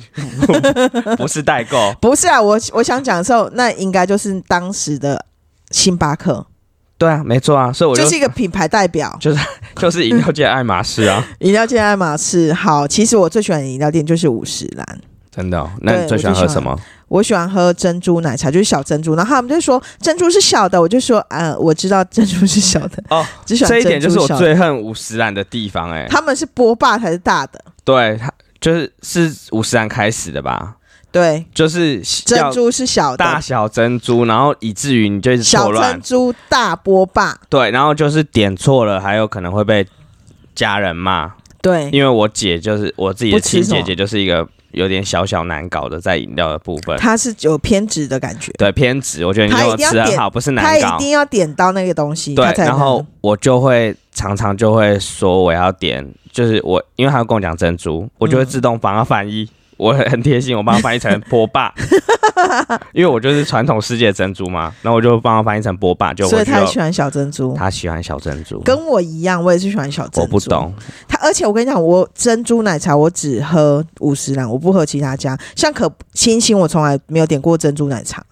[SPEAKER 2] 不是代购。
[SPEAKER 1] 不是啊。我我想讲的时候，那应该就是当时的星巴克，
[SPEAKER 2] 对啊，没错啊，所以我就
[SPEAKER 1] 就是是一个品牌代表。
[SPEAKER 2] 就是饮料界的爱马仕啊，
[SPEAKER 1] 饮料界爱马仕，好，其实我最喜欢的饮料店就是五十岚。
[SPEAKER 2] 真的哦、那
[SPEAKER 1] 对
[SPEAKER 2] 你最喜欢喝什么？
[SPEAKER 1] 我喜欢喝珍珠奶茶，就是小珍珠。然后他们就说珍珠是小的，我就说呃，我知道珍珠是小 的，
[SPEAKER 2] 哦，
[SPEAKER 1] 只喜欢
[SPEAKER 2] 这
[SPEAKER 1] 珍
[SPEAKER 2] 一
[SPEAKER 1] 珠
[SPEAKER 2] 点就是我
[SPEAKER 1] 小的
[SPEAKER 2] 最恨五十岚的地方哎、
[SPEAKER 1] 他们是波霸才是大的，
[SPEAKER 2] 对，它就是是五十岚开始的吧，
[SPEAKER 1] 对，
[SPEAKER 2] 就是
[SPEAKER 1] 珍
[SPEAKER 2] 要
[SPEAKER 1] 珠是小
[SPEAKER 2] 大
[SPEAKER 1] 的，
[SPEAKER 2] 小珍珠，然后以至于你就一直
[SPEAKER 1] 小
[SPEAKER 2] 错乱
[SPEAKER 1] 珍，珠大波霸，
[SPEAKER 2] 对，然后就是点错了，还有可能会被家人骂，
[SPEAKER 1] 对
[SPEAKER 2] 因为我姐就是我自
[SPEAKER 1] 哎
[SPEAKER 2] 己
[SPEAKER 1] 不
[SPEAKER 2] 的
[SPEAKER 1] 吃
[SPEAKER 2] 亲
[SPEAKER 1] 什么
[SPEAKER 2] 姐姐，就是一个有点小小难搞的在饮料的部分，
[SPEAKER 1] 它是有偏执的感觉，
[SPEAKER 2] 对偏执，我觉得你
[SPEAKER 1] 她
[SPEAKER 2] 跟
[SPEAKER 1] 一
[SPEAKER 2] 我
[SPEAKER 1] 定要
[SPEAKER 2] 吃很
[SPEAKER 1] 点
[SPEAKER 2] 好，不是
[SPEAKER 1] 它
[SPEAKER 2] 难搞
[SPEAKER 1] 一，定要点到那个东西，
[SPEAKER 2] 对
[SPEAKER 1] 它，才
[SPEAKER 2] 然
[SPEAKER 1] 能
[SPEAKER 2] 后我就会常常就会说我要点，就是我因为他跟我讲珍珠，我就会自动帮他翻
[SPEAKER 1] 嗯
[SPEAKER 2] 译。我很贴心，我帮他翻译成波 霸，因为我就是传统世界珍珠嘛，然后我就帮他翻译成波霸，就
[SPEAKER 1] 所
[SPEAKER 2] 我
[SPEAKER 1] 以
[SPEAKER 2] 就
[SPEAKER 1] 他也喜欢小珍珠，
[SPEAKER 2] 他喜欢小珍珠，
[SPEAKER 1] 跟我一样，我也是喜欢小珍珠。
[SPEAKER 2] 我不懂，
[SPEAKER 1] 它，而且我跟你讲，我珍珠奶茶我只喝五十岚，我不喝其他家，像可清新我从来没有点过珍珠奶茶。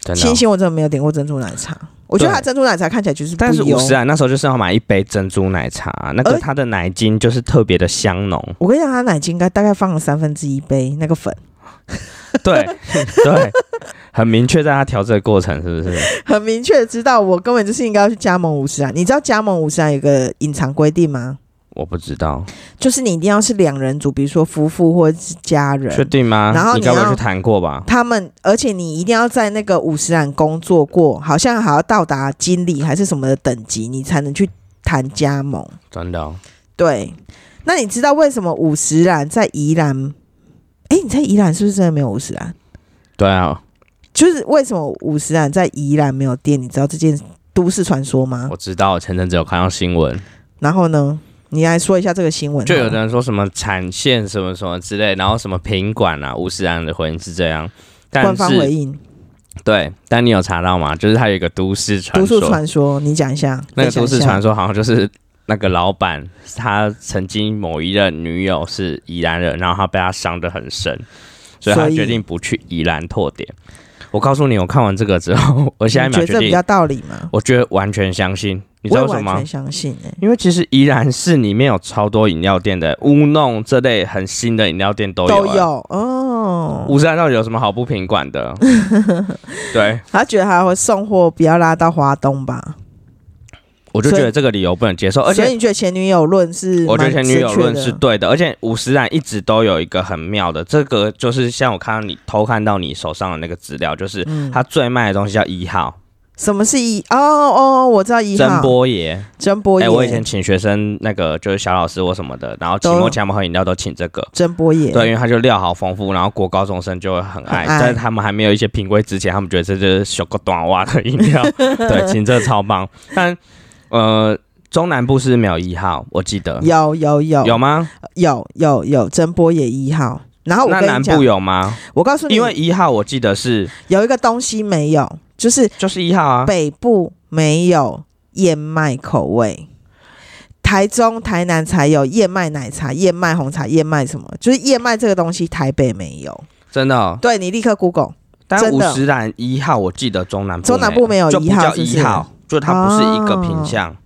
[SPEAKER 2] 真的哦、
[SPEAKER 1] 清新我真的没有点过珍珠奶茶，我觉得它珍珠奶茶看起来就是不
[SPEAKER 2] 但是
[SPEAKER 1] 油
[SPEAKER 2] 五十啊，那时候就是要买一杯珍珠奶茶，那个
[SPEAKER 1] 而
[SPEAKER 2] 它的奶精就是特别的香浓，
[SPEAKER 1] 我跟你讲，它奶精应该大概放了三分之一杯那个粉，
[SPEAKER 2] 对对，很明确在它调制的过程，是不是？
[SPEAKER 1] 很明确地知道我根本就是应该要去加盟五十啊岚。你知道加盟五十岚有个隐藏规定吗？
[SPEAKER 2] 我不知道，
[SPEAKER 1] 就是你一定要是两人组，比如说夫妇或者是家
[SPEAKER 2] 确
[SPEAKER 1] 人，
[SPEAKER 2] 定吗？
[SPEAKER 1] 然后
[SPEAKER 2] 你
[SPEAKER 1] 你
[SPEAKER 2] 该不会
[SPEAKER 1] 要
[SPEAKER 2] 去谈过吧？
[SPEAKER 1] 他们，而且你一定要在那个五十岚工作过，好像还要到达经理还是什么的等级，你才能去谈加盟。
[SPEAKER 2] 真的哦、
[SPEAKER 1] 对，那你知道为什么五十岚在宜兰？哎，你在宜兰是不是真的没有五十岚？
[SPEAKER 2] 对啊，
[SPEAKER 1] 就是为什么五十岚在宜兰没有店？你知道这件都市传说吗？
[SPEAKER 2] 我知道，我前阵子有看到新
[SPEAKER 1] 嗯
[SPEAKER 2] 闻，
[SPEAKER 1] 然后呢，你来说一下这个新闻好
[SPEAKER 2] 就
[SPEAKER 1] 了。
[SPEAKER 2] 有的人说什么产线什么什么之类，然后什么品管啊，吴思然的回应是这样，但
[SPEAKER 1] 官方回
[SPEAKER 2] 是
[SPEAKER 1] 应
[SPEAKER 2] 对，但你有查到吗？就是它有一个都市传
[SPEAKER 1] 都
[SPEAKER 2] 说，
[SPEAKER 1] 市传说，你讲一下。
[SPEAKER 2] 那
[SPEAKER 1] 分
[SPEAKER 2] 个
[SPEAKER 1] 享
[SPEAKER 2] 都
[SPEAKER 1] 一
[SPEAKER 2] 市
[SPEAKER 1] 下
[SPEAKER 2] 传说好像就是那个老板，他曾经某一任女友是宜兰人，然后他被他伤得很深，所以他
[SPEAKER 1] 所以
[SPEAKER 2] 决定不去宜兰拓点。我告诉你，我看完这个之后，我下一
[SPEAKER 1] 你
[SPEAKER 2] 秒
[SPEAKER 1] 觉得
[SPEAKER 2] 决
[SPEAKER 1] 这比
[SPEAKER 2] 定
[SPEAKER 1] 较，道理吗？
[SPEAKER 2] 我觉得完全相信。你知
[SPEAKER 1] 我也
[SPEAKER 2] 道为
[SPEAKER 1] 完
[SPEAKER 2] 什么吗
[SPEAKER 1] 全？相信哎、
[SPEAKER 2] 因为其实宜兰市里面有超多饮料店的，乌弄这类很新的饮料店都有、啊
[SPEAKER 1] 都。有哦。
[SPEAKER 2] 乌山到底有什么好不品管的？ 对，
[SPEAKER 1] 他觉得他会送货，不要拉到华东吧？
[SPEAKER 2] 我就觉得这个理由不能接受，而
[SPEAKER 1] 所以
[SPEAKER 2] 且
[SPEAKER 1] 你觉得前女友论是
[SPEAKER 2] 我觉得
[SPEAKER 1] 蛮
[SPEAKER 2] 前女友
[SPEAKER 1] 正确
[SPEAKER 2] 论
[SPEAKER 1] 的
[SPEAKER 2] 是对的，而且五十岚一直都有一个很妙的，这个就是像我看到你偷看到你手上的那个资料，就是
[SPEAKER 1] 嗯
[SPEAKER 2] 他最卖的东西叫一号
[SPEAKER 1] 什么是一？哦哦，我知道一
[SPEAKER 2] 真
[SPEAKER 1] 号
[SPEAKER 2] 波爷。
[SPEAKER 1] 真波
[SPEAKER 2] 哎、
[SPEAKER 1] 野，
[SPEAKER 2] 我以前请学生那个就是小老师或什么的，然后期
[SPEAKER 1] 都
[SPEAKER 2] 末、期末喝饮料都请这个。
[SPEAKER 1] 真波野，
[SPEAKER 2] 对，因为他就料好丰富，然后国高中生就会很爱，
[SPEAKER 1] 很爱
[SPEAKER 2] 在他们还没有一些品味之前，他们觉得这就是小个短袜的饮 料，对，请这超棒。但呃，中南部是没有一号，我记得
[SPEAKER 1] 有有有
[SPEAKER 2] 有吗？
[SPEAKER 1] 有有有真波野一号。然啊后我
[SPEAKER 2] 那
[SPEAKER 1] 跟
[SPEAKER 2] 南
[SPEAKER 1] 你讲
[SPEAKER 2] 部，有吗？
[SPEAKER 1] 我告诉你，
[SPEAKER 2] 因为一号我记得是
[SPEAKER 1] 有一个东西没有，就是
[SPEAKER 2] 就是一号啊，
[SPEAKER 1] 北部没有燕麦口味，台中、台南才有燕麦奶茶、燕麦红茶、燕麦什么，就是燕麦这个东西台北没有。
[SPEAKER 2] 真的哦、
[SPEAKER 1] 对你立刻 Google，
[SPEAKER 2] 但
[SPEAKER 1] 真
[SPEAKER 2] 五
[SPEAKER 1] 的
[SPEAKER 2] 十岚一号我记得中南部
[SPEAKER 1] 中南部没有
[SPEAKER 2] 就不
[SPEAKER 1] 一号
[SPEAKER 2] 叫
[SPEAKER 1] 是不
[SPEAKER 2] 一
[SPEAKER 1] 是
[SPEAKER 2] 号，就它不是一个品
[SPEAKER 1] 哦
[SPEAKER 2] 相。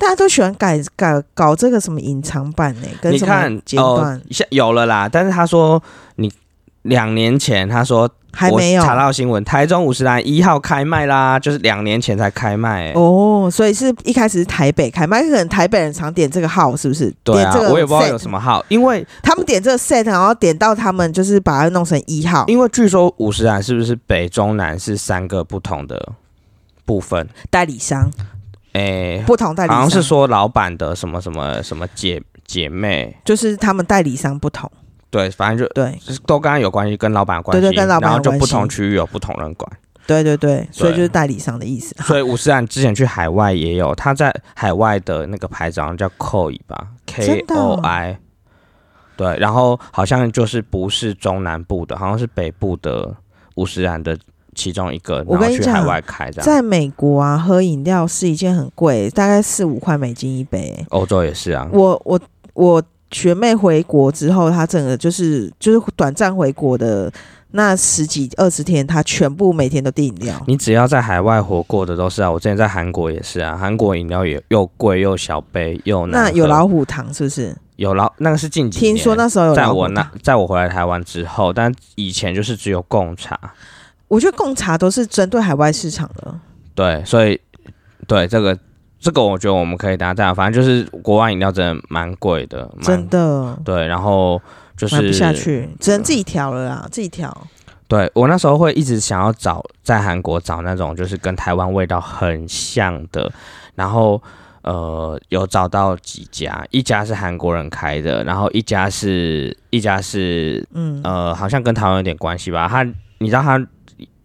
[SPEAKER 1] 大家都喜欢改改搞这个什么隐藏版呢、跟
[SPEAKER 2] 你
[SPEAKER 1] 什
[SPEAKER 2] 看
[SPEAKER 1] 么阶段、
[SPEAKER 2] 哦，现有了啦，但是他说你两年前他说
[SPEAKER 1] 还
[SPEAKER 2] 我
[SPEAKER 1] 没有
[SPEAKER 2] 查到新闻，台中五十岚一号开卖啦，就是两年前才开卖、欸。
[SPEAKER 1] 哦，所以是一开始是台北开卖，可能台北人常点这个号是不是？
[SPEAKER 2] 对啊
[SPEAKER 1] 点这，个
[SPEAKER 2] 我也不知道
[SPEAKER 1] set
[SPEAKER 2] 有什么号，因为
[SPEAKER 1] 他们点这个 set，然后点到他们就是把它弄成一号，
[SPEAKER 2] 因为据说五十岚是不是北中南是三个不同的部分？
[SPEAKER 1] 代理商
[SPEAKER 2] 诶、
[SPEAKER 1] 不同代理
[SPEAKER 2] 嗯好
[SPEAKER 1] 商，
[SPEAKER 2] 像是说老板的什么什么什么姐姐妹，
[SPEAKER 1] 就是他们代理商不同，
[SPEAKER 2] 对，反正就。
[SPEAKER 1] 对
[SPEAKER 2] 就是都跟他有关系，跟老板有关系，
[SPEAKER 1] 对对跟老板有
[SPEAKER 2] 然后就
[SPEAKER 1] 关
[SPEAKER 2] 不
[SPEAKER 1] 系
[SPEAKER 2] 同区域有不同人管。
[SPEAKER 1] 对对对，所以
[SPEAKER 2] 对
[SPEAKER 1] 就是代理商的意思。
[SPEAKER 2] 所以五十岚之前去海外也有，他在海外的那个牌子好像叫 Koi 吧，K
[SPEAKER 1] 真的哦
[SPEAKER 2] O I。对，然后好像就是不是中南部的，好像是北部的五十岚的其中一个，
[SPEAKER 1] 我
[SPEAKER 2] 然后
[SPEAKER 1] 跟你
[SPEAKER 2] 去
[SPEAKER 1] 讲
[SPEAKER 2] 海外开这样。
[SPEAKER 1] 在美国啊，喝饮料是一件很贵，大概四五块美金一杯、
[SPEAKER 2] 欧洲也是啊，
[SPEAKER 1] 我我我学妹回国之后，她整个就是就是短暂回国的那十几二十天，她全部每天都订饮料。
[SPEAKER 2] 你只要在海外活过的都是啊。我之前在韩国也是啊，韩国饮料也又贵又小杯又难
[SPEAKER 1] 那
[SPEAKER 2] 喝
[SPEAKER 1] 有老虎糖是不是？
[SPEAKER 2] 有老那个是近几年，
[SPEAKER 1] 听说那时候有
[SPEAKER 2] 在
[SPEAKER 1] 老虎
[SPEAKER 2] 我
[SPEAKER 1] 糖。
[SPEAKER 2] 那在我回来台湾之后，但以前就是只有贡茶，
[SPEAKER 1] 我觉得贡茶都是针对海外市场的。
[SPEAKER 2] 对，所以对这个这个，我觉得我们可以搭档。反正就是国外饮料真的蛮贵的，蛮
[SPEAKER 1] 真的。
[SPEAKER 2] 对。然后就
[SPEAKER 1] 买不下
[SPEAKER 2] 是啊
[SPEAKER 1] 去，只能自己调了啦，自己调。
[SPEAKER 2] 对我那时候会一直想要找在韩国找那种就是跟台湾味道很像的，然后。呃，有找到几家，一家是韩国人开的，然后一家是一家是
[SPEAKER 1] 嗯，
[SPEAKER 2] 呃，好像跟台湾有点关系吧。它，你知道它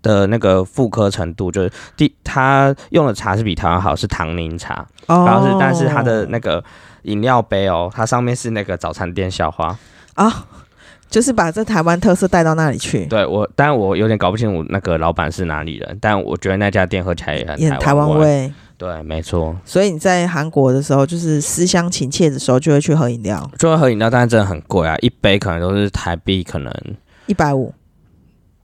[SPEAKER 2] 的那个复刻程度，就是第它用的茶是比台湾好，是唐宁茶。
[SPEAKER 1] 哦
[SPEAKER 2] 然后是，但是它的那个饮料杯哦，它上面是那个早餐店校花。
[SPEAKER 1] 啊，就是把这台湾特色带到那里去，
[SPEAKER 2] 对我，但我有点搞不清楚那个老板是哪里人，但我觉得那家店喝起来也很
[SPEAKER 1] 也很台湾
[SPEAKER 2] 湾。
[SPEAKER 1] 味。
[SPEAKER 2] 对，没错，
[SPEAKER 1] 所以你在韩国的时候，就是思乡情切的时候，就会去喝饮料，
[SPEAKER 2] 就会喝饮料，但是真的很贵啊，一杯可能都是台币，可能
[SPEAKER 1] 一百五、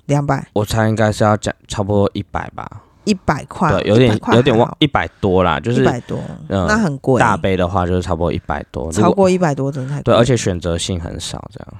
[SPEAKER 1] 两百。
[SPEAKER 2] 我猜应该是要加差不多一百吧。
[SPEAKER 1] 一百块，
[SPEAKER 2] 对，有点
[SPEAKER 1] 100块
[SPEAKER 2] 有点
[SPEAKER 1] 还
[SPEAKER 2] 忘
[SPEAKER 1] 好，
[SPEAKER 2] 一百多啦，就
[SPEAKER 1] 一
[SPEAKER 2] 是
[SPEAKER 1] 百多，
[SPEAKER 2] 嗯
[SPEAKER 1] 那很贵，
[SPEAKER 2] 大杯的话就是差不多一百多，如
[SPEAKER 1] 超
[SPEAKER 2] 果
[SPEAKER 1] 过一百多真的太贵。
[SPEAKER 2] 对，而且选择性很少这样。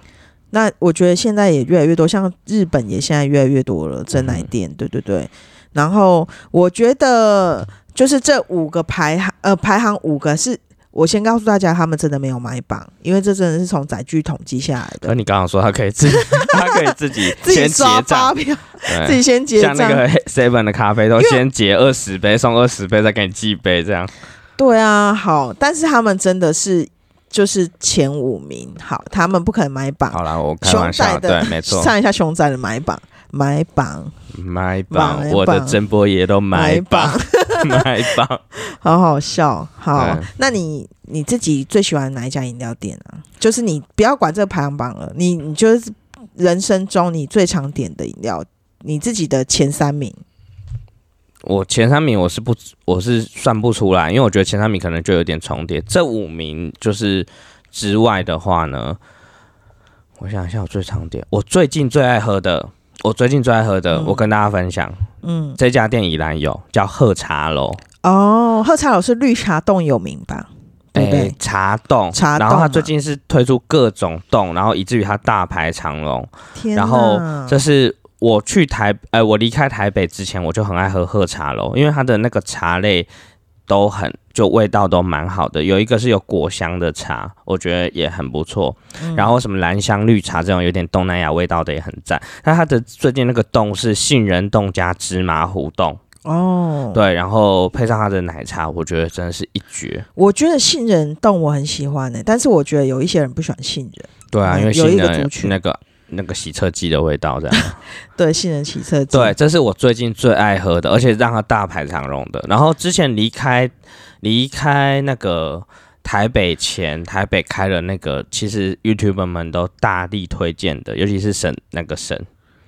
[SPEAKER 1] 那我觉得现在也越来越多，像日本也现在越来越多了真奶
[SPEAKER 2] 嗯
[SPEAKER 1] 店，对对对。然后我觉得就是这五个排行，呃，排行五个是。我先告诉大家，他们真的没有买榜，因为这真的是从载具统计下来
[SPEAKER 2] 可
[SPEAKER 1] 的，
[SPEAKER 2] 你刚刚说他可以 自己，他可以自己
[SPEAKER 1] 自己
[SPEAKER 2] 先结
[SPEAKER 1] 刷发
[SPEAKER 2] 账，
[SPEAKER 1] 票，
[SPEAKER 2] 对
[SPEAKER 1] 自己先结
[SPEAKER 2] 像
[SPEAKER 1] 账。
[SPEAKER 2] 那个 Seven 的咖啡豆，
[SPEAKER 1] 因为
[SPEAKER 2] 先结二十杯，送二十杯，再给你寄杯，这样。
[SPEAKER 1] 对啊，好，但是他们真的是就是前五名，好，他们不可能买榜，
[SPEAKER 2] 好啦，我开
[SPEAKER 1] 啊熊
[SPEAKER 2] 玩
[SPEAKER 1] 仔
[SPEAKER 2] 笑，
[SPEAKER 1] 的
[SPEAKER 2] 对，没错，
[SPEAKER 1] 上一下熊仔的买榜，买榜，
[SPEAKER 2] 买榜，
[SPEAKER 1] 买
[SPEAKER 2] 我的
[SPEAKER 1] 榜
[SPEAKER 2] 真波爷都买榜， 买榜。
[SPEAKER 1] 好好笑。好
[SPEAKER 2] 对，
[SPEAKER 1] 那你你自己最喜欢哪一家饮料店啊？就是你不要管这个排行榜了，你你就是人生中你最常点的饮料，你自己的前三名。
[SPEAKER 2] 我前三名我是不，我是算不出来，因为我觉得前三名可能就有点重叠。这五名就是之外的话呢，我想一下，我最常点，我最近最爱喝的，我最近最爱喝的，
[SPEAKER 1] 嗯
[SPEAKER 2] 我跟大家分享，
[SPEAKER 1] 嗯，
[SPEAKER 2] 这家店宜兰有叫喝茶楼。
[SPEAKER 1] 哦，喝茶老师绿茶冻有名吧？对不对？
[SPEAKER 2] 诶茶冻，
[SPEAKER 1] 茶
[SPEAKER 2] 然后
[SPEAKER 1] 冻啊
[SPEAKER 2] 它
[SPEAKER 1] 嘛
[SPEAKER 2] 最近是推出各种冻，然后以至于它大排长龙。
[SPEAKER 1] 天哪，
[SPEAKER 2] 然后
[SPEAKER 1] 嗯
[SPEAKER 2] 这是我去台，呃，我离开台北之前，我就很爱喝喝茶楼，因为它的那个茶类都很，就味道都蛮好的。有一个是有果香的茶，我觉得也很不错。
[SPEAKER 1] 嗯
[SPEAKER 2] 然后什么兰香绿茶这种有点东南亚味道的也很赞。那它的最近那个冻是杏仁冻加芝麻糊冻，
[SPEAKER 1] 哦，
[SPEAKER 2] 对，然后配上它的奶茶，我觉得真的是一绝。
[SPEAKER 1] 我觉得杏仁冻我很喜欢呢、但是我觉得有一些人不喜欢杏仁，
[SPEAKER 2] 对啊，
[SPEAKER 1] 嗯
[SPEAKER 2] 因为
[SPEAKER 1] 有一
[SPEAKER 2] 杏
[SPEAKER 1] 个
[SPEAKER 2] 仁
[SPEAKER 1] 族
[SPEAKER 2] 有
[SPEAKER 1] 群
[SPEAKER 2] 那个那个洗车机的味道这样。
[SPEAKER 1] 对杏仁起色剂
[SPEAKER 2] 对，，这是我最近最爱喝的，而且让它大排长龙的。然后之前离开离开那个台北前，台北开了那个，其实 YouTuber 们都大力推荐的，尤其是沈那个沈，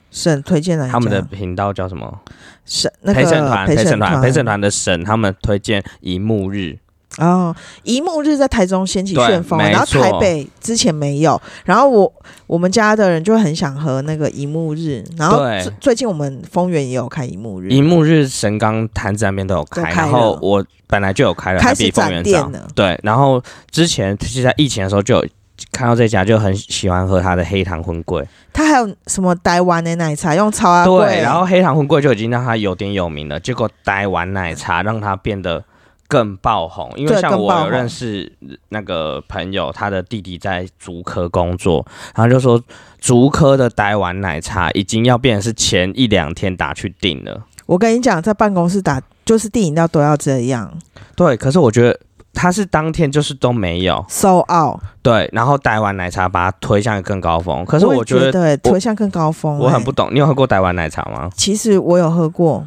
[SPEAKER 1] 沈推荐哪一家？
[SPEAKER 2] 他们的频道叫什么？
[SPEAKER 1] 沈那个
[SPEAKER 2] 陪审团，陪审团，陪审
[SPEAKER 1] 审
[SPEAKER 2] 团的沈，他们推荐一幕日，
[SPEAKER 1] 哦，一幕日在台中掀起
[SPEAKER 2] 对
[SPEAKER 1] 旋风，
[SPEAKER 2] 没
[SPEAKER 1] 然后
[SPEAKER 2] 错
[SPEAKER 1] 台北之前没有，然后我我们家的人就很想喝那个一幕日，然后
[SPEAKER 2] 对
[SPEAKER 1] 最最近我们丰原也有开一幕日，
[SPEAKER 2] 一幕日神冈坛子那边都有
[SPEAKER 1] 都
[SPEAKER 2] 开，
[SPEAKER 1] 开
[SPEAKER 2] 然后
[SPEAKER 1] 了
[SPEAKER 2] 我本来就有开了，
[SPEAKER 1] 开
[SPEAKER 2] 还比
[SPEAKER 1] 始
[SPEAKER 2] 丰
[SPEAKER 1] 展
[SPEAKER 2] 原
[SPEAKER 1] 店
[SPEAKER 2] 早
[SPEAKER 1] 了，
[SPEAKER 2] 对，然后之前其实在疫情的时候就有看到这家，就很喜欢喝它的黑糖荤桂。
[SPEAKER 1] 它还有什么台湾的奶茶用超阿贵，
[SPEAKER 2] 啊对，然后黑糖荤桂就已经让它有点有名了，结果呆完奶茶让它变得更爆红。因为
[SPEAKER 1] 对
[SPEAKER 2] 像
[SPEAKER 1] 更
[SPEAKER 2] 我
[SPEAKER 1] 爆
[SPEAKER 2] 有认
[SPEAKER 1] 红
[SPEAKER 2] 识那个朋友，他的弟弟在竹科工作，然后就说竹科的呆完奶茶已经要变成是前一两天打去订了。
[SPEAKER 1] 我跟你讲，在办公室打就是订饮料都要这样
[SPEAKER 2] 对，可是我觉得。他是当天就是都没有
[SPEAKER 1] so out，
[SPEAKER 2] 对，然后呆完奶茶把它推向更高峰。可是
[SPEAKER 1] 我也
[SPEAKER 2] 我觉得
[SPEAKER 1] 得欸推向更高峰、
[SPEAKER 2] 我很
[SPEAKER 1] 欸
[SPEAKER 2] 不，懂，你有喝过呆完奶茶吗？
[SPEAKER 1] 其实我有喝过，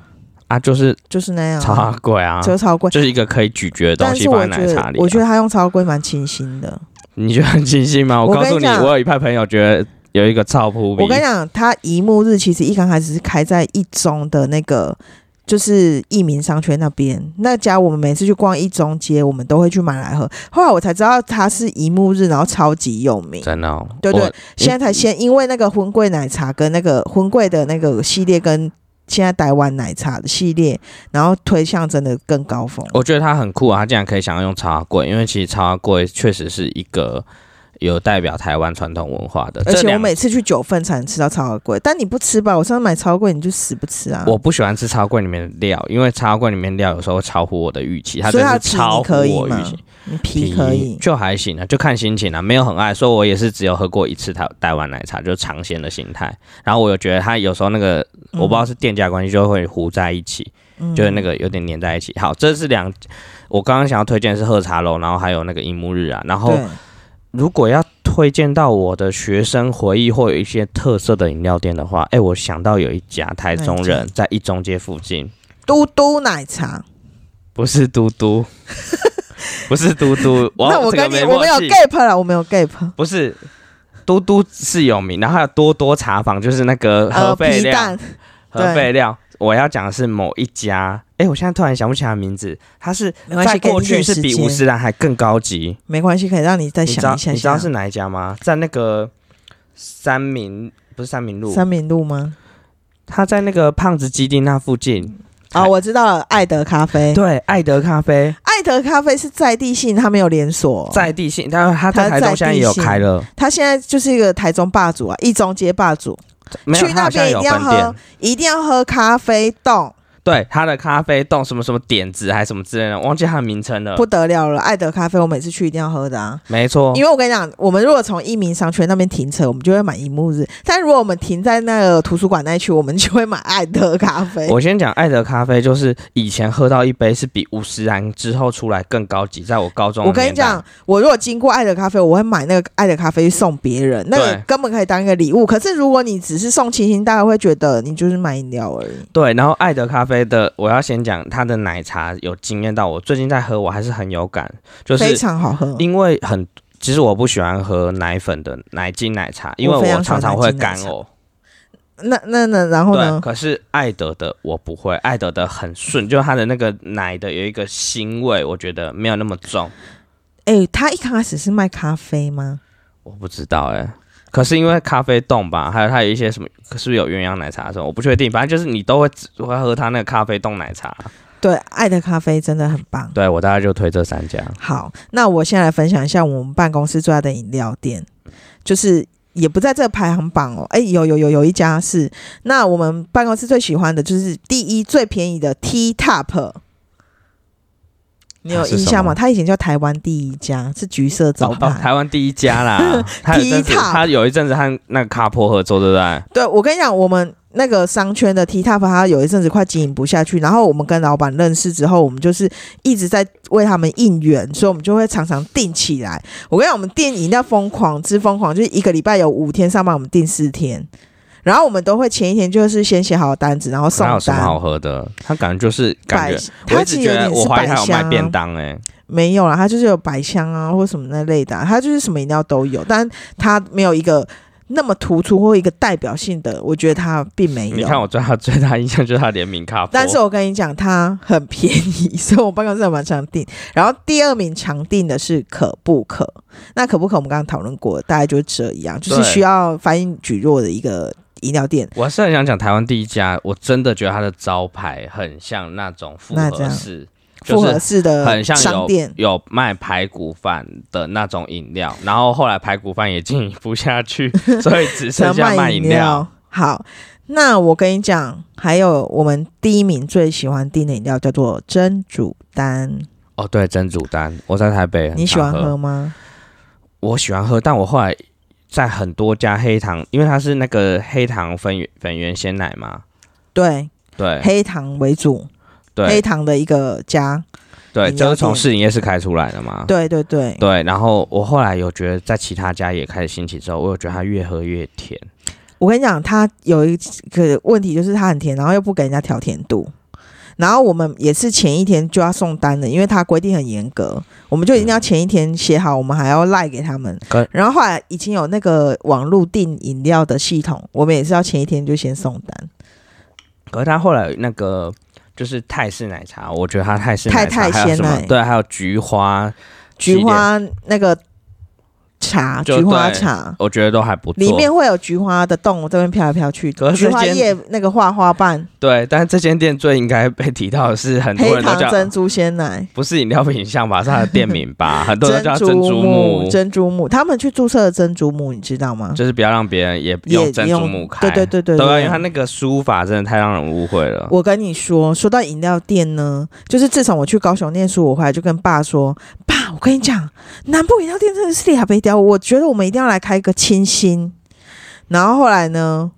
[SPEAKER 2] 啊，就是
[SPEAKER 1] 就是那样
[SPEAKER 2] 超
[SPEAKER 1] 啊，
[SPEAKER 2] 贵啊，
[SPEAKER 1] 就超贵。
[SPEAKER 2] 就是一个可以咀嚼的东
[SPEAKER 1] 但
[SPEAKER 2] 西
[SPEAKER 1] 是
[SPEAKER 2] 放
[SPEAKER 1] 我
[SPEAKER 2] 在
[SPEAKER 1] 觉
[SPEAKER 2] 奶茶
[SPEAKER 1] 得
[SPEAKER 2] 里、，啊。
[SPEAKER 1] 我觉得他用超贵蛮清新的。
[SPEAKER 2] 你觉得很清新吗？我
[SPEAKER 1] 我
[SPEAKER 2] 告
[SPEAKER 1] 跟
[SPEAKER 2] 诉
[SPEAKER 1] 你
[SPEAKER 2] 你，
[SPEAKER 1] 讲
[SPEAKER 2] 我有一派朋友觉得有一个超扑鼻。
[SPEAKER 1] 我跟你讲，他一幕日其实一刚开始是开在一中的那个，就是益民商圈那边那家，我们每次去逛一中街，我们都会去买来喝。后来我才知道它是一幕日，然后超级有名。
[SPEAKER 2] 真的、哦，
[SPEAKER 1] 对对
[SPEAKER 2] 我
[SPEAKER 1] 现在才先因为那个婚贵奶茶跟那个婚贵的那个系列跟。现在台湾奶茶的系列，然后推向真的更高峰。
[SPEAKER 2] 我觉得它很酷啊，它竟然可以想要用茶柜，因为其实茶柜确实是一个有代表台湾传统文化的。
[SPEAKER 1] 而
[SPEAKER 2] 这
[SPEAKER 1] 且我
[SPEAKER 2] 两
[SPEAKER 1] 每次去九份才能吃到超贵，但你不吃吧？我上次买超贵，你就死不吃啊！
[SPEAKER 2] 我不喜欢吃茶柜里面的料，因为茶柜里面料有时候会超乎我的预期，它
[SPEAKER 1] 所
[SPEAKER 2] 真
[SPEAKER 1] 以
[SPEAKER 2] 的
[SPEAKER 1] 它
[SPEAKER 2] 是
[SPEAKER 1] 皮你
[SPEAKER 2] 超乎
[SPEAKER 1] 可以
[SPEAKER 2] 我
[SPEAKER 1] 吗
[SPEAKER 2] 预期。
[SPEAKER 1] 你皮可以，
[SPEAKER 2] 就还行啊，就看心情啊，没有很爱，所以我也是只有喝过一次台台湾奶茶，就是尝鲜的心态。然后我有觉得它有时候那个
[SPEAKER 1] 嗯
[SPEAKER 2] 我不知道是店家关系就会糊在一起，
[SPEAKER 1] 嗯
[SPEAKER 2] 就是那个有点粘在一起。好，这是两，我刚刚想要推荐的是喝茶楼，然后还有那个樱木日啊。然后
[SPEAKER 1] 对
[SPEAKER 2] 如果要推荐到我的学生回忆或有一些特色的饮料店的话，哎、我想到有一家台中
[SPEAKER 1] 哪一
[SPEAKER 2] 人在一中街附近，
[SPEAKER 1] 嘟嘟奶茶。
[SPEAKER 2] 不是嘟嘟，不是嘟 嘟，哇
[SPEAKER 1] 那我
[SPEAKER 2] 这个
[SPEAKER 1] 跟你
[SPEAKER 2] 没
[SPEAKER 1] 我
[SPEAKER 2] 默
[SPEAKER 1] 们有
[SPEAKER 2] 契
[SPEAKER 1] gap 了，我们有 gap。
[SPEAKER 2] 不是。嘟嘟是有名，然后还有多多茶坊，就是那个
[SPEAKER 1] 呃，
[SPEAKER 2] 核废
[SPEAKER 1] 皮
[SPEAKER 2] 料，
[SPEAKER 1] 蛋对
[SPEAKER 2] 核废料。我要讲的是某一家，哎、我现在突然想不起来名字，它是
[SPEAKER 1] 没关系
[SPEAKER 2] 在过
[SPEAKER 1] 给你
[SPEAKER 2] 去
[SPEAKER 1] 一点
[SPEAKER 2] 是比
[SPEAKER 1] 时间
[SPEAKER 2] 五十岚还更高级。
[SPEAKER 1] 没关系，可以让你再
[SPEAKER 2] 你知
[SPEAKER 1] 想
[SPEAKER 2] 道
[SPEAKER 1] 一下下。
[SPEAKER 2] 你知道是哪一家吗？在那个三民不是三民路，
[SPEAKER 1] 三明路吗？
[SPEAKER 2] 它在那个胖子基地那附近。
[SPEAKER 1] 啊，
[SPEAKER 2] 哎
[SPEAKER 1] 我知道了，爱德咖啡。
[SPEAKER 2] 对，爱德咖啡
[SPEAKER 1] 爱德咖啡是在地性，它没有连锁。
[SPEAKER 2] 在地性，但是它在
[SPEAKER 1] 它
[SPEAKER 2] 台
[SPEAKER 1] 哦在
[SPEAKER 2] 中现在
[SPEAKER 1] 地
[SPEAKER 2] 也有
[SPEAKER 1] 性
[SPEAKER 2] 开了，
[SPEAKER 1] 它现在就是一个台中霸主啊，一中街霸主，
[SPEAKER 2] 没有
[SPEAKER 1] 去
[SPEAKER 2] 它
[SPEAKER 1] 那
[SPEAKER 2] 好像
[SPEAKER 1] 边一
[SPEAKER 2] 有
[SPEAKER 1] 定要
[SPEAKER 2] 分店
[SPEAKER 1] 喝。，一定要喝咖啡冻，
[SPEAKER 2] 对，它的咖啡冻什么什么点子还是什么之类的，忘记它的名称了。
[SPEAKER 1] 不得了了。爱德咖啡我每次去一定要喝的啊。
[SPEAKER 2] 没错，
[SPEAKER 1] 因为我跟你讲，我们如果从一民商圈那边停车，我们就会买一木日；但如果我们停在那个图书馆那一区，我们就会买爱德咖啡。
[SPEAKER 2] 我先讲爱德咖啡，就是以前喝到一杯是比五十兰之后出来更高级，在我高中的
[SPEAKER 1] 我跟你
[SPEAKER 2] 年代
[SPEAKER 1] 讲，，我如果经过爱德咖啡，我会买那个爱德咖啡送别人，那个
[SPEAKER 2] 对
[SPEAKER 1] 根本可以当一个礼物。可是如果你只是送清新，大家会觉得你就是买饮料而已。
[SPEAKER 2] 对，然后爱德咖啡的，我要先讲它的奶茶有惊艳到我，最近在喝我还是很有感，就
[SPEAKER 1] 非
[SPEAKER 2] 是
[SPEAKER 1] 常好喝，
[SPEAKER 2] 因为很，其实我不喜欢喝奶粉的奶精奶茶，因为
[SPEAKER 1] 我非
[SPEAKER 2] 我
[SPEAKER 1] 常喜欢
[SPEAKER 2] 常常会
[SPEAKER 1] 奶精奶
[SPEAKER 2] 干
[SPEAKER 1] 茶
[SPEAKER 2] 呕。
[SPEAKER 1] 那那那然后
[SPEAKER 2] 对，
[SPEAKER 1] 呢？
[SPEAKER 2] 可是爱德的我不会，爱德的很顺，就是它的那个奶的有一个腥味，我觉得没有那么重。
[SPEAKER 1] 哎、他一开始是卖咖啡吗？
[SPEAKER 2] 我不知道哎、可是因为咖啡冻吧，还有它有一些什么，是不是有鸳鸯奶茶什么，我不确定。反正就是你都会只会喝它那个咖啡冻奶茶。
[SPEAKER 1] 对，爱德咖啡真的很棒。
[SPEAKER 2] 对我大概就推这三家。
[SPEAKER 1] 好，那我先来分享一下我们办公室最爱的饮料店，就是也不在这个排行榜哦。哎，有有有有一家是，那我们办公室最喜欢的就是第一最便宜的 T Top。你有
[SPEAKER 2] 它是
[SPEAKER 1] 印象吗？
[SPEAKER 2] 什么
[SPEAKER 1] 它以前叫台湾第一家，是橘色招
[SPEAKER 2] 哦
[SPEAKER 1] 牌。，
[SPEAKER 2] 台湾第一家啦 他有一阵子
[SPEAKER 1] 第一套
[SPEAKER 2] 他有一阵子和那个卡坡合作，对不对？
[SPEAKER 1] 对，我跟你讲，我们那个商圈的 T Top，它有一阵子快经营不下去，然后我们跟老板认识之后，我们就是一直在为他们应援，所以我们就会常常订起来。我跟你讲，我们订饮料疯狂之疯狂，就是一个礼拜有五天上班，我们订四天，然后我们都会前一天就是先写好单子，然后送
[SPEAKER 2] 哪有什么好
[SPEAKER 1] 单。
[SPEAKER 2] 喝的？他感觉就是感
[SPEAKER 1] 百
[SPEAKER 2] 觉，，我
[SPEAKER 1] 它
[SPEAKER 2] 一直
[SPEAKER 1] 其实有
[SPEAKER 2] 觉得
[SPEAKER 1] 点
[SPEAKER 2] 我
[SPEAKER 1] 是
[SPEAKER 2] 怀疑
[SPEAKER 1] 百
[SPEAKER 2] 他有
[SPEAKER 1] 香、
[SPEAKER 2] 卖便
[SPEAKER 1] 啊，
[SPEAKER 2] 当哎、
[SPEAKER 1] 没有啦，它就是有百香啊或什么那类的啊、它就是什么饮料都有，但它没有一个那么突出或一个代表性的，我觉得它并没有。
[SPEAKER 2] 你看我对他最大印象就是他联名卡坡，
[SPEAKER 1] 但是我跟你讲，它很便宜，所以我办公室还蛮常订。然后第二名常订的是可不可，那可不可我们刚刚讨论过，大概就是这样，就是
[SPEAKER 2] 对
[SPEAKER 1] 需要反应举弱的一个饮料店。
[SPEAKER 2] 我还是很想讲台湾第一家，我真的觉得它的招牌很像那种复
[SPEAKER 1] 那这
[SPEAKER 2] 合
[SPEAKER 1] 样
[SPEAKER 2] 式，
[SPEAKER 1] 复
[SPEAKER 2] 就是
[SPEAKER 1] 合式的
[SPEAKER 2] 很像
[SPEAKER 1] 呃商
[SPEAKER 2] 有
[SPEAKER 1] 店，
[SPEAKER 2] 有卖排骨饭的那种饮料，然后后来排骨饭也经营不 下去，所以只剩
[SPEAKER 1] 想
[SPEAKER 2] 下卖
[SPEAKER 1] 卖
[SPEAKER 2] 饮
[SPEAKER 1] 料。好，那我跟你讲，还有我们第一名最喜欢订的饮料叫做珍珠丹，
[SPEAKER 2] 哦，对，蒸煮丹，我在台北很
[SPEAKER 1] 你喜
[SPEAKER 2] 常
[SPEAKER 1] 欢喝吗？
[SPEAKER 2] 我喜欢喝，但我后来在很多家黑糖，因为它是那个黑糖粉圆粉圆鲜奶嘛，
[SPEAKER 1] 对，
[SPEAKER 2] 对
[SPEAKER 1] 黑糖为主，黑
[SPEAKER 2] 对
[SPEAKER 1] 糖的一个家，
[SPEAKER 2] 对，
[SPEAKER 1] 饮料
[SPEAKER 2] 就是从
[SPEAKER 1] 店
[SPEAKER 2] 试营业室开出来的嘛。
[SPEAKER 1] 对对对。
[SPEAKER 2] 对，然后我后来有觉得在其他家也开始兴起之后，我有觉得它越喝越甜。
[SPEAKER 1] 我跟你讲，它有一个问题就是它很甜，然后又不给人家调甜度。然后我们也是前一天就要送单的，因为它规定很严格，我们就一定要前一天写好，我们还要赖给他们
[SPEAKER 2] 跟。
[SPEAKER 1] 然后后来已经有那个网络订饮料的系统，我们也是要前一天就先送单。
[SPEAKER 2] 可是它后来那个就是泰式奶茶，我觉得它泰式奶茶
[SPEAKER 1] 太太
[SPEAKER 2] 还有什么
[SPEAKER 1] 鲜奶
[SPEAKER 2] 对，还有菊花，
[SPEAKER 1] 菊花那个茶，
[SPEAKER 2] 就
[SPEAKER 1] 菊花
[SPEAKER 2] 对
[SPEAKER 1] 茶
[SPEAKER 2] 我觉得都还不错。
[SPEAKER 1] 里面会有菊花的洞这边飘来飘去，
[SPEAKER 2] 可是
[SPEAKER 1] 菊花
[SPEAKER 2] 这间
[SPEAKER 1] 叶那个画花瓣，
[SPEAKER 2] 对，但是这间店最应该被提到的是很多
[SPEAKER 1] 黑
[SPEAKER 2] 人都
[SPEAKER 1] 糖
[SPEAKER 2] 叫
[SPEAKER 1] 珍珠鲜奶。
[SPEAKER 2] 不是饮料品项吧，是它的店名 吧，很多人都叫
[SPEAKER 1] 珍
[SPEAKER 2] 珍珠
[SPEAKER 1] 木
[SPEAKER 2] 木，，
[SPEAKER 1] 珍珠木，他们去注册的珍珠木，你知道吗？
[SPEAKER 2] 就是不要让别人也
[SPEAKER 1] 也
[SPEAKER 2] 用珍珠木
[SPEAKER 1] 用
[SPEAKER 2] 开。
[SPEAKER 1] 对对对对
[SPEAKER 2] 对啊，
[SPEAKER 1] 对
[SPEAKER 2] 因为它那个书法真的太让人误会了。
[SPEAKER 1] 我跟你说，说到饮料店呢，就是自从我去高雄念书，我回来就跟爸说，爸，我跟你讲，南部饮料店真的是厉害北雕，我觉得我们一定要来开一个清新。然后后来呢，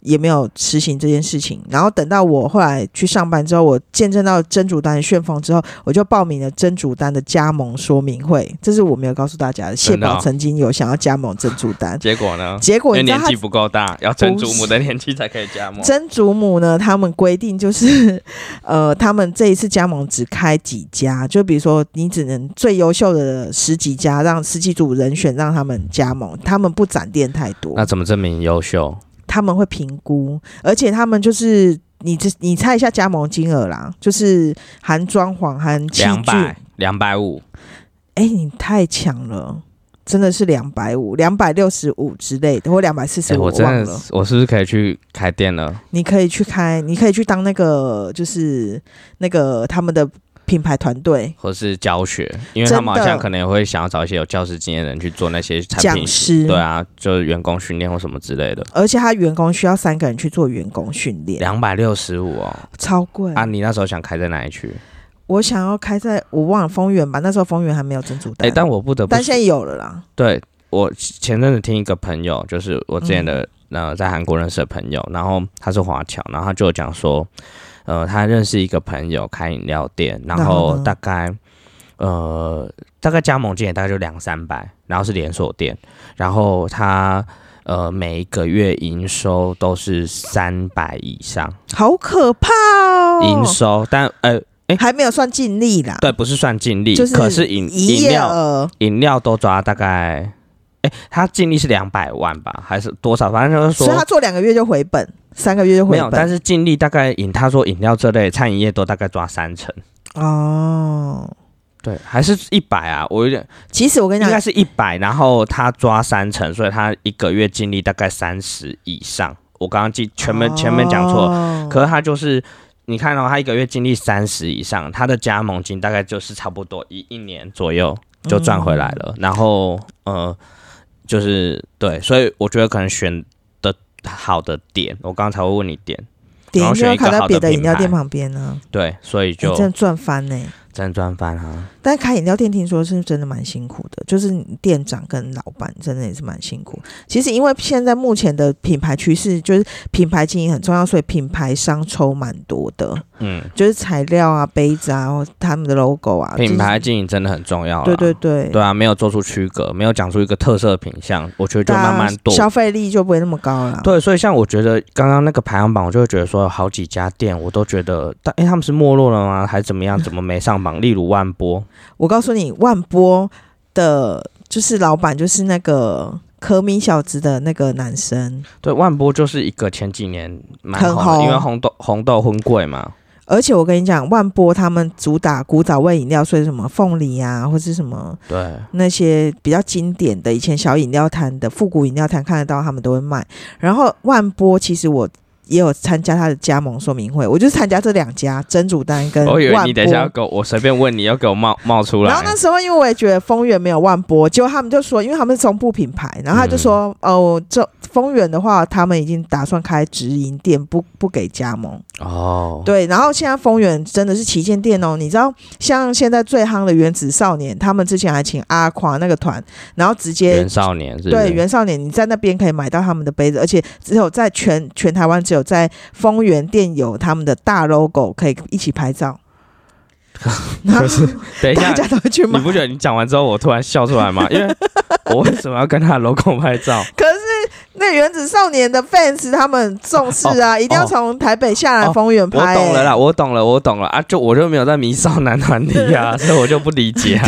[SPEAKER 1] 也没有实行这件事情。然后等到我后来去上班之后，我见证到真主丹的旋风之后，我就报名了真主丹的加盟说明会。这是我没有告诉大家的，谢
[SPEAKER 2] 真的哦
[SPEAKER 1] 宝曾经有想要加盟真主丹，
[SPEAKER 2] 结果呢？
[SPEAKER 1] 结
[SPEAKER 2] 因
[SPEAKER 1] 果
[SPEAKER 2] 为
[SPEAKER 1] 你知道
[SPEAKER 2] 年
[SPEAKER 1] 他
[SPEAKER 2] 纪不够大，要珍珠母的年纪才可以加盟。
[SPEAKER 1] 曾祖母呢，他们规定就是， 呃，他们这一次加盟只开几家，就比如说你只能最优秀的十几家，让十几组人选让他们加盟，他们不展店太多
[SPEAKER 2] 那，怎么证明优秀？
[SPEAKER 1] 他们会评估，而且他们就是你这你猜一下加盟金额啦，就是含装潢含器
[SPEAKER 2] 两
[SPEAKER 1] 具，
[SPEAKER 2] 百、两百五，
[SPEAKER 1] 哎、你太强了。真的是两百五、两百六十五之类的，或两百四十
[SPEAKER 2] 哎，
[SPEAKER 1] 五，
[SPEAKER 2] 我真
[SPEAKER 1] 忘
[SPEAKER 2] 的
[SPEAKER 1] 了。，
[SPEAKER 2] 我是不是可以去开店了？
[SPEAKER 1] 你可以去开，你可以去当那个就是那个他们的品牌团队
[SPEAKER 2] 或是教学？因为他们
[SPEAKER 1] 真的
[SPEAKER 2] 好像可能也会想要找一些有教师经验的人去做那些产
[SPEAKER 1] 讲
[SPEAKER 2] 品，
[SPEAKER 1] 师，
[SPEAKER 2] 对啊，就是员工训练或什么之类的。
[SPEAKER 1] 而且他员工需要三个人去做员工训练，
[SPEAKER 2] 两百六十五哦，
[SPEAKER 1] 超贵。
[SPEAKER 2] 啊，你那时候想开在哪里去？
[SPEAKER 1] 我想要开在我忘了丰原吧，那时候丰原还没有珍珠
[SPEAKER 2] 哎、
[SPEAKER 1] 蛋，
[SPEAKER 2] 但我不得不
[SPEAKER 1] 但现在有了啦。
[SPEAKER 2] 对我前阵子听一个朋友，就是我之前的、
[SPEAKER 1] 嗯
[SPEAKER 2] 呃在韩国认识的朋友，然后他是华侨，然后他就有讲说，呃，他认识一个朋友开饮料店，然
[SPEAKER 1] 然后
[SPEAKER 2] 后
[SPEAKER 1] 呢
[SPEAKER 2] 大概呃大概加盟金也大概就两三百，然后是连锁店，然后他。呃，每一个月营收都是三百以上，
[SPEAKER 1] 好可怕
[SPEAKER 2] 营
[SPEAKER 1] 哦，
[SPEAKER 2] 收，但呃，
[SPEAKER 1] 还没有算净利啦，
[SPEAKER 2] 对，不是算净利，
[SPEAKER 1] 就是
[SPEAKER 2] 可是
[SPEAKER 1] 营
[SPEAKER 2] 饮饮
[SPEAKER 1] 业
[SPEAKER 2] 料
[SPEAKER 1] 额
[SPEAKER 2] 饮料都抓大概，哎、他净利是两百万吧，还是多少？反正就是
[SPEAKER 1] 所以他
[SPEAKER 2] 说
[SPEAKER 1] 做两个月就回本，三个月就
[SPEAKER 2] 没
[SPEAKER 1] 回
[SPEAKER 2] 有，但
[SPEAKER 1] 本。
[SPEAKER 2] 是净利大概饮，他说饮料这类餐饮业都大概抓三成，
[SPEAKER 1] 哦，
[SPEAKER 2] 对，还是一百啊？我有点
[SPEAKER 1] 其实我跟你
[SPEAKER 2] 应
[SPEAKER 1] 讲
[SPEAKER 2] 该，是一百，然后他抓三成，所以他一个月净利大概三十以上。我刚刚记前
[SPEAKER 1] 哦
[SPEAKER 2] 面前面讲错了，
[SPEAKER 1] 了
[SPEAKER 2] 可是他就是。你看到、哦、他一个月净利三十以上，他的加盟金大概就是差不多一一年左右，就赚回来
[SPEAKER 1] 嗯
[SPEAKER 2] 了。然后呃，就是对，所以我觉得可能选的好的点，我刚才会问你点，
[SPEAKER 1] 点
[SPEAKER 2] 然后
[SPEAKER 1] 就
[SPEAKER 2] 选
[SPEAKER 1] 要
[SPEAKER 2] 一个
[SPEAKER 1] 开在
[SPEAKER 2] 好的
[SPEAKER 1] 别的饮
[SPEAKER 2] 品
[SPEAKER 1] 料
[SPEAKER 2] 牌
[SPEAKER 1] 店旁边呢、啊
[SPEAKER 2] 对，所以
[SPEAKER 1] 哎
[SPEAKER 2] 就
[SPEAKER 1] 真的赚翻呢、
[SPEAKER 2] 真专翻啊，
[SPEAKER 1] 但是开饮料店听说是真的蛮辛苦的，就是店长跟老板真的也是蛮辛苦。其实因为现在目前的品牌趋势就是品牌经营很重要，所以品牌商抽蛮多的，
[SPEAKER 2] 嗯，
[SPEAKER 1] 就是材料啊、杯子啊、或他们的 logo 啊，
[SPEAKER 2] 品牌
[SPEAKER 1] 就是
[SPEAKER 2] 经营真的很重要啦。
[SPEAKER 1] 对对对，
[SPEAKER 2] 对啊，没有做出区隔，没有讲出一个特色品相，我觉得就慢慢
[SPEAKER 1] 大家消
[SPEAKER 2] 堕。
[SPEAKER 1] 费力就不会那么高了。
[SPEAKER 2] 对，所以像我觉得刚刚那个排行榜，我就会觉得说有好几家店，我都觉得，但哎、他们是没落了吗？还是怎么样？怎么没上榜？例 如万波，
[SPEAKER 1] 我告诉你，万波的就是老板就是那个可米小子的那个男生，
[SPEAKER 2] 对，万波就是一个前几年蛮
[SPEAKER 1] 很
[SPEAKER 2] 红的，
[SPEAKER 1] 红
[SPEAKER 2] 因为红豆红豆荤贵嘛，
[SPEAKER 1] 而且我跟你讲，万波他们主打古早味饮料，所以什么凤梨啊，或是什么
[SPEAKER 2] 对，
[SPEAKER 1] 那些比较经典的以前小饮料摊的复古饮料摊看得到，他们都会卖。然后万波其实我。也有参加他的加盟说明会，我就参加这两家真煮丹嗯跟万
[SPEAKER 2] 我以为
[SPEAKER 1] 波。
[SPEAKER 2] 你等一下要给我，我随便问你要给我冒冒出来
[SPEAKER 1] 然后。那时候，因为我也觉得丰源没有万波，结果他们就说，因为他们是中部品牌，然后他就说，哦，这丰源的话，他们已经打算开直营店，不不给加盟。
[SPEAKER 2] 哦，
[SPEAKER 1] 对，然后现在丰源真的是旗舰店哦，你知道，像现在最夯的原子少年，他们之前还请阿垮那个团，然后直接
[SPEAKER 2] 袁少年是不是
[SPEAKER 1] 对，原少年，你在那边可以买到他们的杯子，而且只有在全全台湾只有在丰源店有他们的大 logo 可以一起拍照，然后
[SPEAKER 2] 等一
[SPEAKER 1] 大
[SPEAKER 2] 下，
[SPEAKER 1] 家都会去买
[SPEAKER 2] 哎你。不觉得你讲完之后我突然笑出来吗？因为我为什么要跟他的 logo 拍照？
[SPEAKER 1] 可是那原子少年的 fans 他们很重视啊，一定要从台北下来丰原
[SPEAKER 2] 哦我
[SPEAKER 1] 拍、欸
[SPEAKER 2] 懂了啦，。我懂了，我懂了啊！就我就没有在迷少男团体 啊，所以我就不理解啊。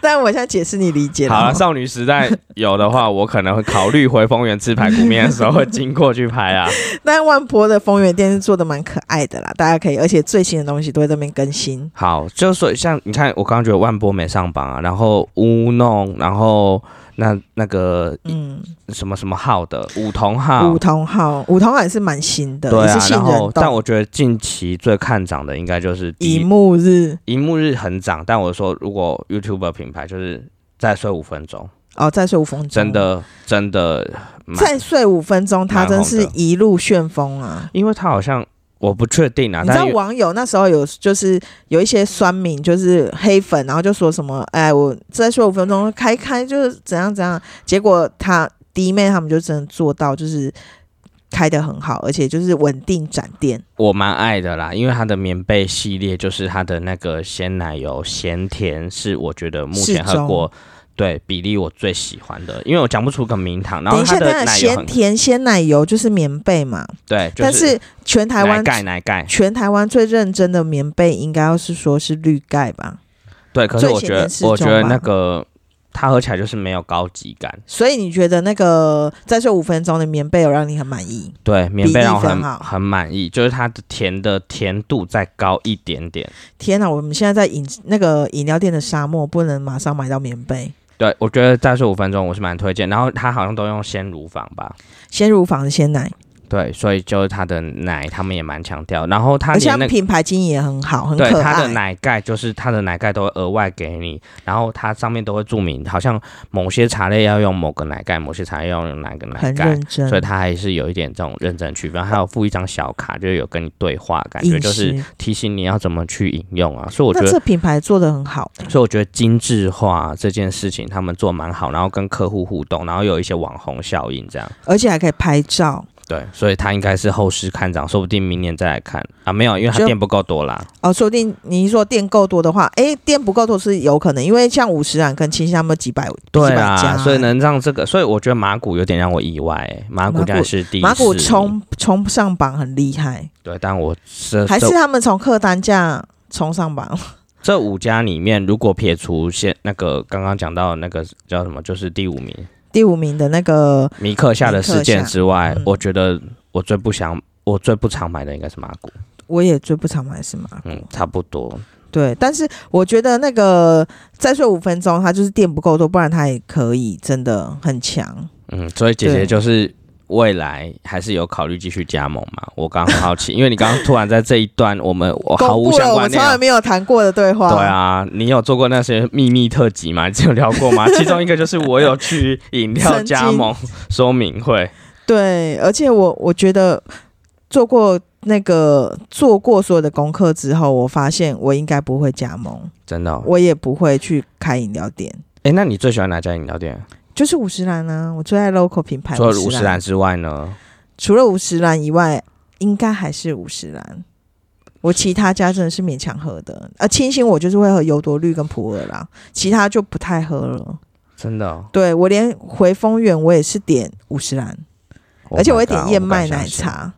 [SPEAKER 1] 但我现在解释你理解了。
[SPEAKER 2] 好了，少女时代有的话，我可能会考虑回丰原吃排骨面的时候会经过去拍啊。
[SPEAKER 1] 但万博的丰原店是做的蛮可爱的啦，大家可以，而且最新的东西都会在那边更新。
[SPEAKER 2] 好，就所以像你看，我刚刚觉得万波没上榜啊，然后乌弄，然后那那个
[SPEAKER 1] 嗯，
[SPEAKER 2] 什么什么号的五同号，
[SPEAKER 1] 五桐号，五桐号也是蛮新的，
[SPEAKER 2] 啊对
[SPEAKER 1] 也
[SPEAKER 2] 啊
[SPEAKER 1] 是，杏
[SPEAKER 2] 然后
[SPEAKER 1] 仁
[SPEAKER 2] 但
[SPEAKER 1] 豆。
[SPEAKER 2] 我觉得近期最看涨的应该就是
[SPEAKER 1] 以
[SPEAKER 2] 第一
[SPEAKER 1] 幕日
[SPEAKER 2] 荧幕日很涨，但我说如果 YouTube 品牌就是再睡五分钟，
[SPEAKER 1] 哦，再睡五分钟，
[SPEAKER 2] 真的真的蛮，
[SPEAKER 1] 再睡五分钟，他真是
[SPEAKER 2] 蛮红
[SPEAKER 1] 一路旋风啊！
[SPEAKER 2] 因为它好像我不确定啊，
[SPEAKER 1] 你知道
[SPEAKER 2] 但有
[SPEAKER 1] 网友那时候有就是有一些酸民，就是黑粉，然后就说什么，哎，我再说五分钟开开就是怎样怎样，结果他弟妹他们就真的做到，就是开的很好，而且就是稳定展店。
[SPEAKER 2] 我蛮爱的啦，因为它的棉被系列就是它的那个鲜奶油咸甜是我觉得目前
[SPEAKER 1] 适中
[SPEAKER 2] 喝过。对比例我最喜欢的，因为我讲不出个名堂，然
[SPEAKER 1] 等
[SPEAKER 2] 后
[SPEAKER 1] 一
[SPEAKER 2] 它
[SPEAKER 1] 下，
[SPEAKER 2] 的
[SPEAKER 1] 等一下，
[SPEAKER 2] 奶油
[SPEAKER 1] 咸
[SPEAKER 2] 很
[SPEAKER 1] 甜鲜奶油就是棉被嘛，
[SPEAKER 2] 对，就
[SPEAKER 1] 但是全台
[SPEAKER 2] 奶
[SPEAKER 1] 湾
[SPEAKER 2] 盖奶盖，
[SPEAKER 1] 全台湾最认真的棉被应该要是说是绿盖吧，
[SPEAKER 2] 对，可是
[SPEAKER 1] 最
[SPEAKER 2] 我
[SPEAKER 1] 显
[SPEAKER 2] 觉得
[SPEAKER 1] 年适
[SPEAKER 2] 我觉
[SPEAKER 1] 中
[SPEAKER 2] 得
[SPEAKER 1] 吧
[SPEAKER 2] 那个它喝起来就是没有高级感，
[SPEAKER 1] 所以你觉得那个再睡五分钟的棉被有让你很满意？
[SPEAKER 2] 对，棉
[SPEAKER 1] 比
[SPEAKER 2] 被
[SPEAKER 1] 例
[SPEAKER 2] 让我
[SPEAKER 1] 非
[SPEAKER 2] 很
[SPEAKER 1] 常好
[SPEAKER 2] 很满意，就是它的甜的甜度再高一点点。
[SPEAKER 1] 天哪，我们现在在饮那个饮料店的沙漠，不能马上买到棉被。
[SPEAKER 2] 对，我觉得再睡五分钟我是蛮推荐。然后它好像都用鲜乳坊吧，
[SPEAKER 1] 鲜乳坊的鲜奶，
[SPEAKER 2] 对，所以就是它的奶他们也蛮强调。然后它
[SPEAKER 1] 而且他
[SPEAKER 2] 连那
[SPEAKER 1] 们
[SPEAKER 2] 个
[SPEAKER 1] 品牌经营也很好，很
[SPEAKER 2] 对
[SPEAKER 1] 可
[SPEAKER 2] 它的
[SPEAKER 1] 爱。
[SPEAKER 2] 奶盖就是它的奶盖都会额外给你，然后它上面都会注明，好像某些茶类要用某个奶盖，某些茶类要用哪个奶
[SPEAKER 1] 很
[SPEAKER 2] 盖
[SPEAKER 1] 认。真，
[SPEAKER 2] 所以它还是有一点这种认真区分，还有附一张小卡，就是有跟你对话，感觉
[SPEAKER 1] 饮
[SPEAKER 2] 就是
[SPEAKER 1] 食
[SPEAKER 2] 提醒你要怎么去饮用啊。所以我觉
[SPEAKER 1] 那
[SPEAKER 2] 得
[SPEAKER 1] 这品牌做的很好、欸
[SPEAKER 2] 所以我觉得精致化这件事情他们做蛮好，然后跟客户互动，然后有一些网红效应这样。
[SPEAKER 1] 而且还可以拍照
[SPEAKER 2] 对，所以他应该是后市看涨，说不定明年再来看啊。没有，因为他
[SPEAKER 1] 就
[SPEAKER 2] 店不够多啦。
[SPEAKER 1] 哦。说不定你一说店够多的话，哎、店不够多是有可能，因为像五十岚跟清新他们有几百
[SPEAKER 2] 对
[SPEAKER 1] 几百家
[SPEAKER 2] 啦，
[SPEAKER 1] 欸
[SPEAKER 2] 所以能让这个，所以我觉得马股有点让我意外、欸。马股
[SPEAKER 1] 马
[SPEAKER 2] 竟然
[SPEAKER 1] 古
[SPEAKER 2] 是第一，
[SPEAKER 1] 嗯马古冲冲上榜很厉害，
[SPEAKER 2] 对，但我这
[SPEAKER 1] 还
[SPEAKER 2] 这
[SPEAKER 1] 是他们从客单价冲上榜？
[SPEAKER 2] 这五家里面，如果撇除现那个刚刚讲到的那个叫什么，就是第五名
[SPEAKER 1] 第五名的那个
[SPEAKER 2] 米克夏的事件之外，
[SPEAKER 1] 米克夏嗯
[SPEAKER 2] 我觉得我最不想。我最不常买的应该是马股，
[SPEAKER 1] 我也最不常买的是马
[SPEAKER 2] 嗯，差不多。
[SPEAKER 1] 对，但是我觉得那个再睡五分钟，它就是电不够多，不然它也可以真的很强。
[SPEAKER 2] 嗯，所以姐姐
[SPEAKER 1] 对
[SPEAKER 2] 就是未来还是有考虑继续加盟嘛？我刚很 好奇，因为你刚刚突然在这一段我们我毫
[SPEAKER 1] 公
[SPEAKER 2] 无
[SPEAKER 1] 布
[SPEAKER 2] 相
[SPEAKER 1] 了我
[SPEAKER 2] 关
[SPEAKER 1] 们
[SPEAKER 2] 内
[SPEAKER 1] 从来
[SPEAKER 2] 容。
[SPEAKER 1] 没有谈过的对话。
[SPEAKER 2] 对，啊，你有做过那些秘密特辑吗？你 有聊过吗？其中一个就是我有去饮料加盟说明会，
[SPEAKER 1] 对，而且我我觉得做过那个做过所有的功课之后，我发现我应该不会加盟，
[SPEAKER 2] 真的、哦。
[SPEAKER 1] 我也不会去开饮料店，
[SPEAKER 2] 哎，那你最喜欢哪家饮料店？
[SPEAKER 1] 就是五十岚啊，我最爱 local 品牌。
[SPEAKER 2] 除了五十岚，之外呢？
[SPEAKER 1] 除了五十岚以外，应该还是五十岚。我其他家真的是勉强喝的，呃，清醒我就是会喝尤多绿跟普洱啦，其他就不太喝了。
[SPEAKER 2] 真的、哦，
[SPEAKER 1] 对我连回丰原我也是点五十岚，而且
[SPEAKER 2] Oh my
[SPEAKER 1] 我会点
[SPEAKER 2] God，
[SPEAKER 1] 燕
[SPEAKER 2] 不敢
[SPEAKER 1] 麦奶
[SPEAKER 2] 相信。
[SPEAKER 1] 茶。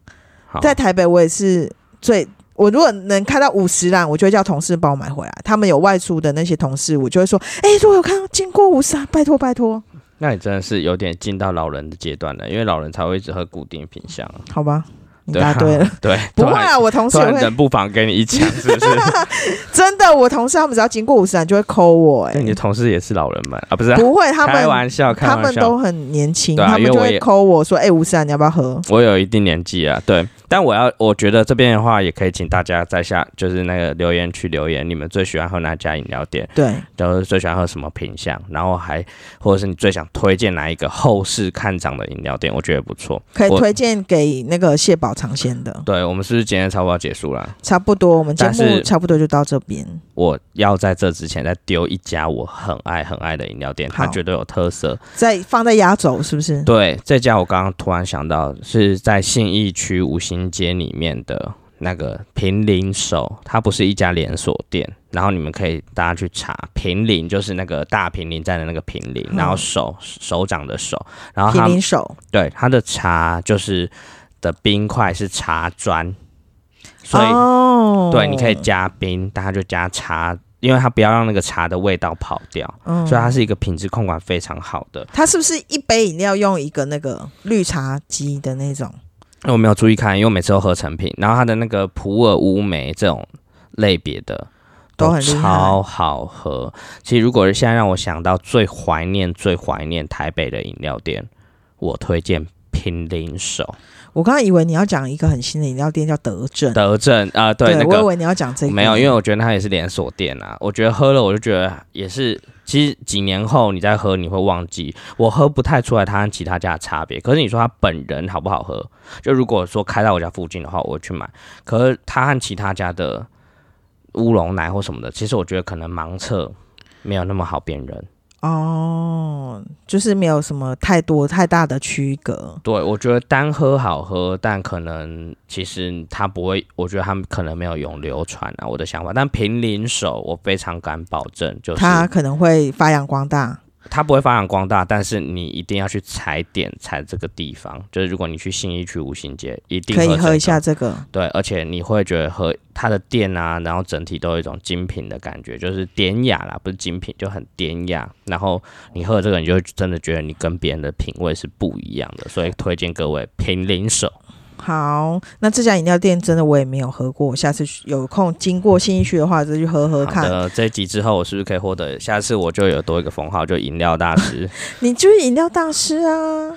[SPEAKER 2] 好
[SPEAKER 1] 在台北我也是最，我如果能看到五十兰，我就会叫同事帮我买回来。他们有外出的那些同事，我就会说：“哎、如果有看到经过五十兰，拜托拜 托，
[SPEAKER 2] 那你真的是有点进到老人的阶段了，因为老人才会一直喝固定品相啊。
[SPEAKER 1] 好吧？”你
[SPEAKER 2] 对啊
[SPEAKER 1] 答对了，，
[SPEAKER 2] 对，
[SPEAKER 1] 不
[SPEAKER 2] 突
[SPEAKER 1] 会
[SPEAKER 2] 然
[SPEAKER 1] 啊，我同事
[SPEAKER 2] 突
[SPEAKER 1] 也
[SPEAKER 2] 然
[SPEAKER 1] 会
[SPEAKER 2] 冷不防给你 一枪，是不是？
[SPEAKER 1] 真的，我同事他们只要经过五十兰就会抠我、
[SPEAKER 2] 那你
[SPEAKER 1] 哎
[SPEAKER 2] 的，同事也是老人们啊？不是啊，
[SPEAKER 1] 不会，他
[SPEAKER 2] 开
[SPEAKER 1] 们
[SPEAKER 2] 玩笑，开
[SPEAKER 1] 他
[SPEAKER 2] 玩
[SPEAKER 1] 们
[SPEAKER 2] 笑
[SPEAKER 1] 都。很年轻，
[SPEAKER 2] 对啊
[SPEAKER 1] 他们
[SPEAKER 2] 因为
[SPEAKER 1] 就
[SPEAKER 2] 我
[SPEAKER 1] 会
[SPEAKER 2] 也
[SPEAKER 1] 抠我说：“哎、五十兰你要不要喝
[SPEAKER 2] 我有一定年纪啊，对，但我要，我觉得这边的话，也可以请大家在下就是那个留言区留言，你们最喜欢喝哪家饮料店，？”
[SPEAKER 1] 对，
[SPEAKER 2] 然后最喜欢喝什么品相，然后还或者是你最想推荐哪一个后市看涨的饮料店，我觉得不错。
[SPEAKER 1] 可以
[SPEAKER 2] 我
[SPEAKER 1] 推荐给那个蟹堡尝鲜的。
[SPEAKER 2] 对我们是不是今天差不多要结束了？
[SPEAKER 1] 差不多，我们节
[SPEAKER 2] 但
[SPEAKER 1] 目
[SPEAKER 2] 是
[SPEAKER 1] 差不多就到这边。
[SPEAKER 2] 我要在这之前再丢一家我很爱很爱的饮料店，它
[SPEAKER 1] 好
[SPEAKER 2] 绝对有特色，
[SPEAKER 1] 再放在压轴是不是？
[SPEAKER 2] 对，这家我刚刚突然想到是在信义区五星街里面的那个平林手，它不是一家连锁店，然后你们可以大家去查平林，就是那个大平林站的那个平林，然后
[SPEAKER 1] 嗯
[SPEAKER 2] 手手掌的手，然后
[SPEAKER 1] 平
[SPEAKER 2] 它
[SPEAKER 1] 林手
[SPEAKER 2] 对它的茶就是的冰块是茶砖，所以、
[SPEAKER 1] 哦，
[SPEAKER 2] 对你可以加冰，但它就加茶，因为它不要让那个茶的味道跑掉，
[SPEAKER 1] 嗯
[SPEAKER 2] 所以它是一个品质控管非常好的。
[SPEAKER 1] 它是不是一杯饮料用一个那个绿茶机的那种？
[SPEAKER 2] 我没有注意看，因为我每次都喝成品。然后它的那个普洱乌梅这种类别的
[SPEAKER 1] 都很厉害
[SPEAKER 2] 超好喝。其实如果现在让我想到最怀念、最怀念台北的饮料店，我推荐平林手
[SPEAKER 1] 我刚刚以为你要讲一个很新的饮料店叫德政，
[SPEAKER 2] 德政啊、呃对
[SPEAKER 1] 我
[SPEAKER 2] 那
[SPEAKER 1] 以
[SPEAKER 2] 个
[SPEAKER 1] 为你要讲这个，
[SPEAKER 2] 没有，因为我觉得它也是连锁店啊。我觉得喝了我就觉得也是。其实几年后你再喝，你会忘记。我喝不太出来它和其他家的差别。可是你说它本人好不好喝？就如果说开到我家附近的话，我会去买。可是它和其他家的乌龙奶或什么的，其实我觉得可能盲测没有那么好辨认。
[SPEAKER 1] 哦，就是没有什么太多太大的区隔。
[SPEAKER 2] 对，我觉得单喝好喝，但可能其实它不会，我觉得他们可能没有永流传啊，我的想法。但平林手，我非常敢保证，就是
[SPEAKER 1] 它可能会发扬光大，
[SPEAKER 2] 它不会发扬光大，但是你一定要去踩点踩这个地方，就是如果你去信义区五星街，一定
[SPEAKER 1] 可以
[SPEAKER 2] 这
[SPEAKER 1] 喝
[SPEAKER 2] 个
[SPEAKER 1] 一下，这个。
[SPEAKER 2] 对，而且你会觉得喝它的店啊，然后整体都有一种精品的感觉，就是典雅啦，不是精品，就很典雅。然后你喝了这个，你就真的觉得你跟别人的品味是不一样的，所以推荐各位平林手。
[SPEAKER 1] 好，那这家饮料店真的我也没有喝过，我下次去有空经过新一区的话，就去喝喝
[SPEAKER 2] 好
[SPEAKER 1] 看。
[SPEAKER 2] 的，这一集之后我是不是可以获得？下次我就有多一个封号，就饮料大师。
[SPEAKER 1] 你就是饮料大师啊，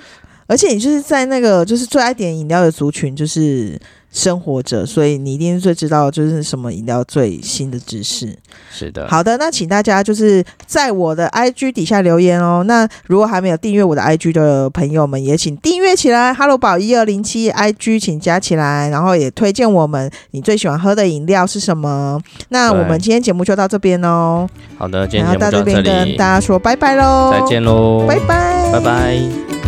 [SPEAKER 1] 而且你就是在那个就是最爱点饮料的族群，就是生活
[SPEAKER 2] 嗯
[SPEAKER 1] 者，所以你一定是最知道就是什么饮料最新的知识。
[SPEAKER 2] 是的，
[SPEAKER 1] 好的，那请大家就是在我的 IG 底下留言哦。那如果还没有订阅我的 IG 的朋友们，也请订阅起来。Hello 宝一二零七 IG 请加起来，然后也推荐我们你最喜欢喝的饮料是什么。那我们
[SPEAKER 2] 对
[SPEAKER 1] 今天节目就到这边哦，
[SPEAKER 2] 好的，今
[SPEAKER 1] 然后
[SPEAKER 2] 天节
[SPEAKER 1] 到
[SPEAKER 2] 目
[SPEAKER 1] 这
[SPEAKER 2] 就到这
[SPEAKER 1] 边跟
[SPEAKER 2] 里
[SPEAKER 1] 大，家说拜拜喽，
[SPEAKER 2] 再见喽，
[SPEAKER 1] 拜拜，
[SPEAKER 2] 拜拜。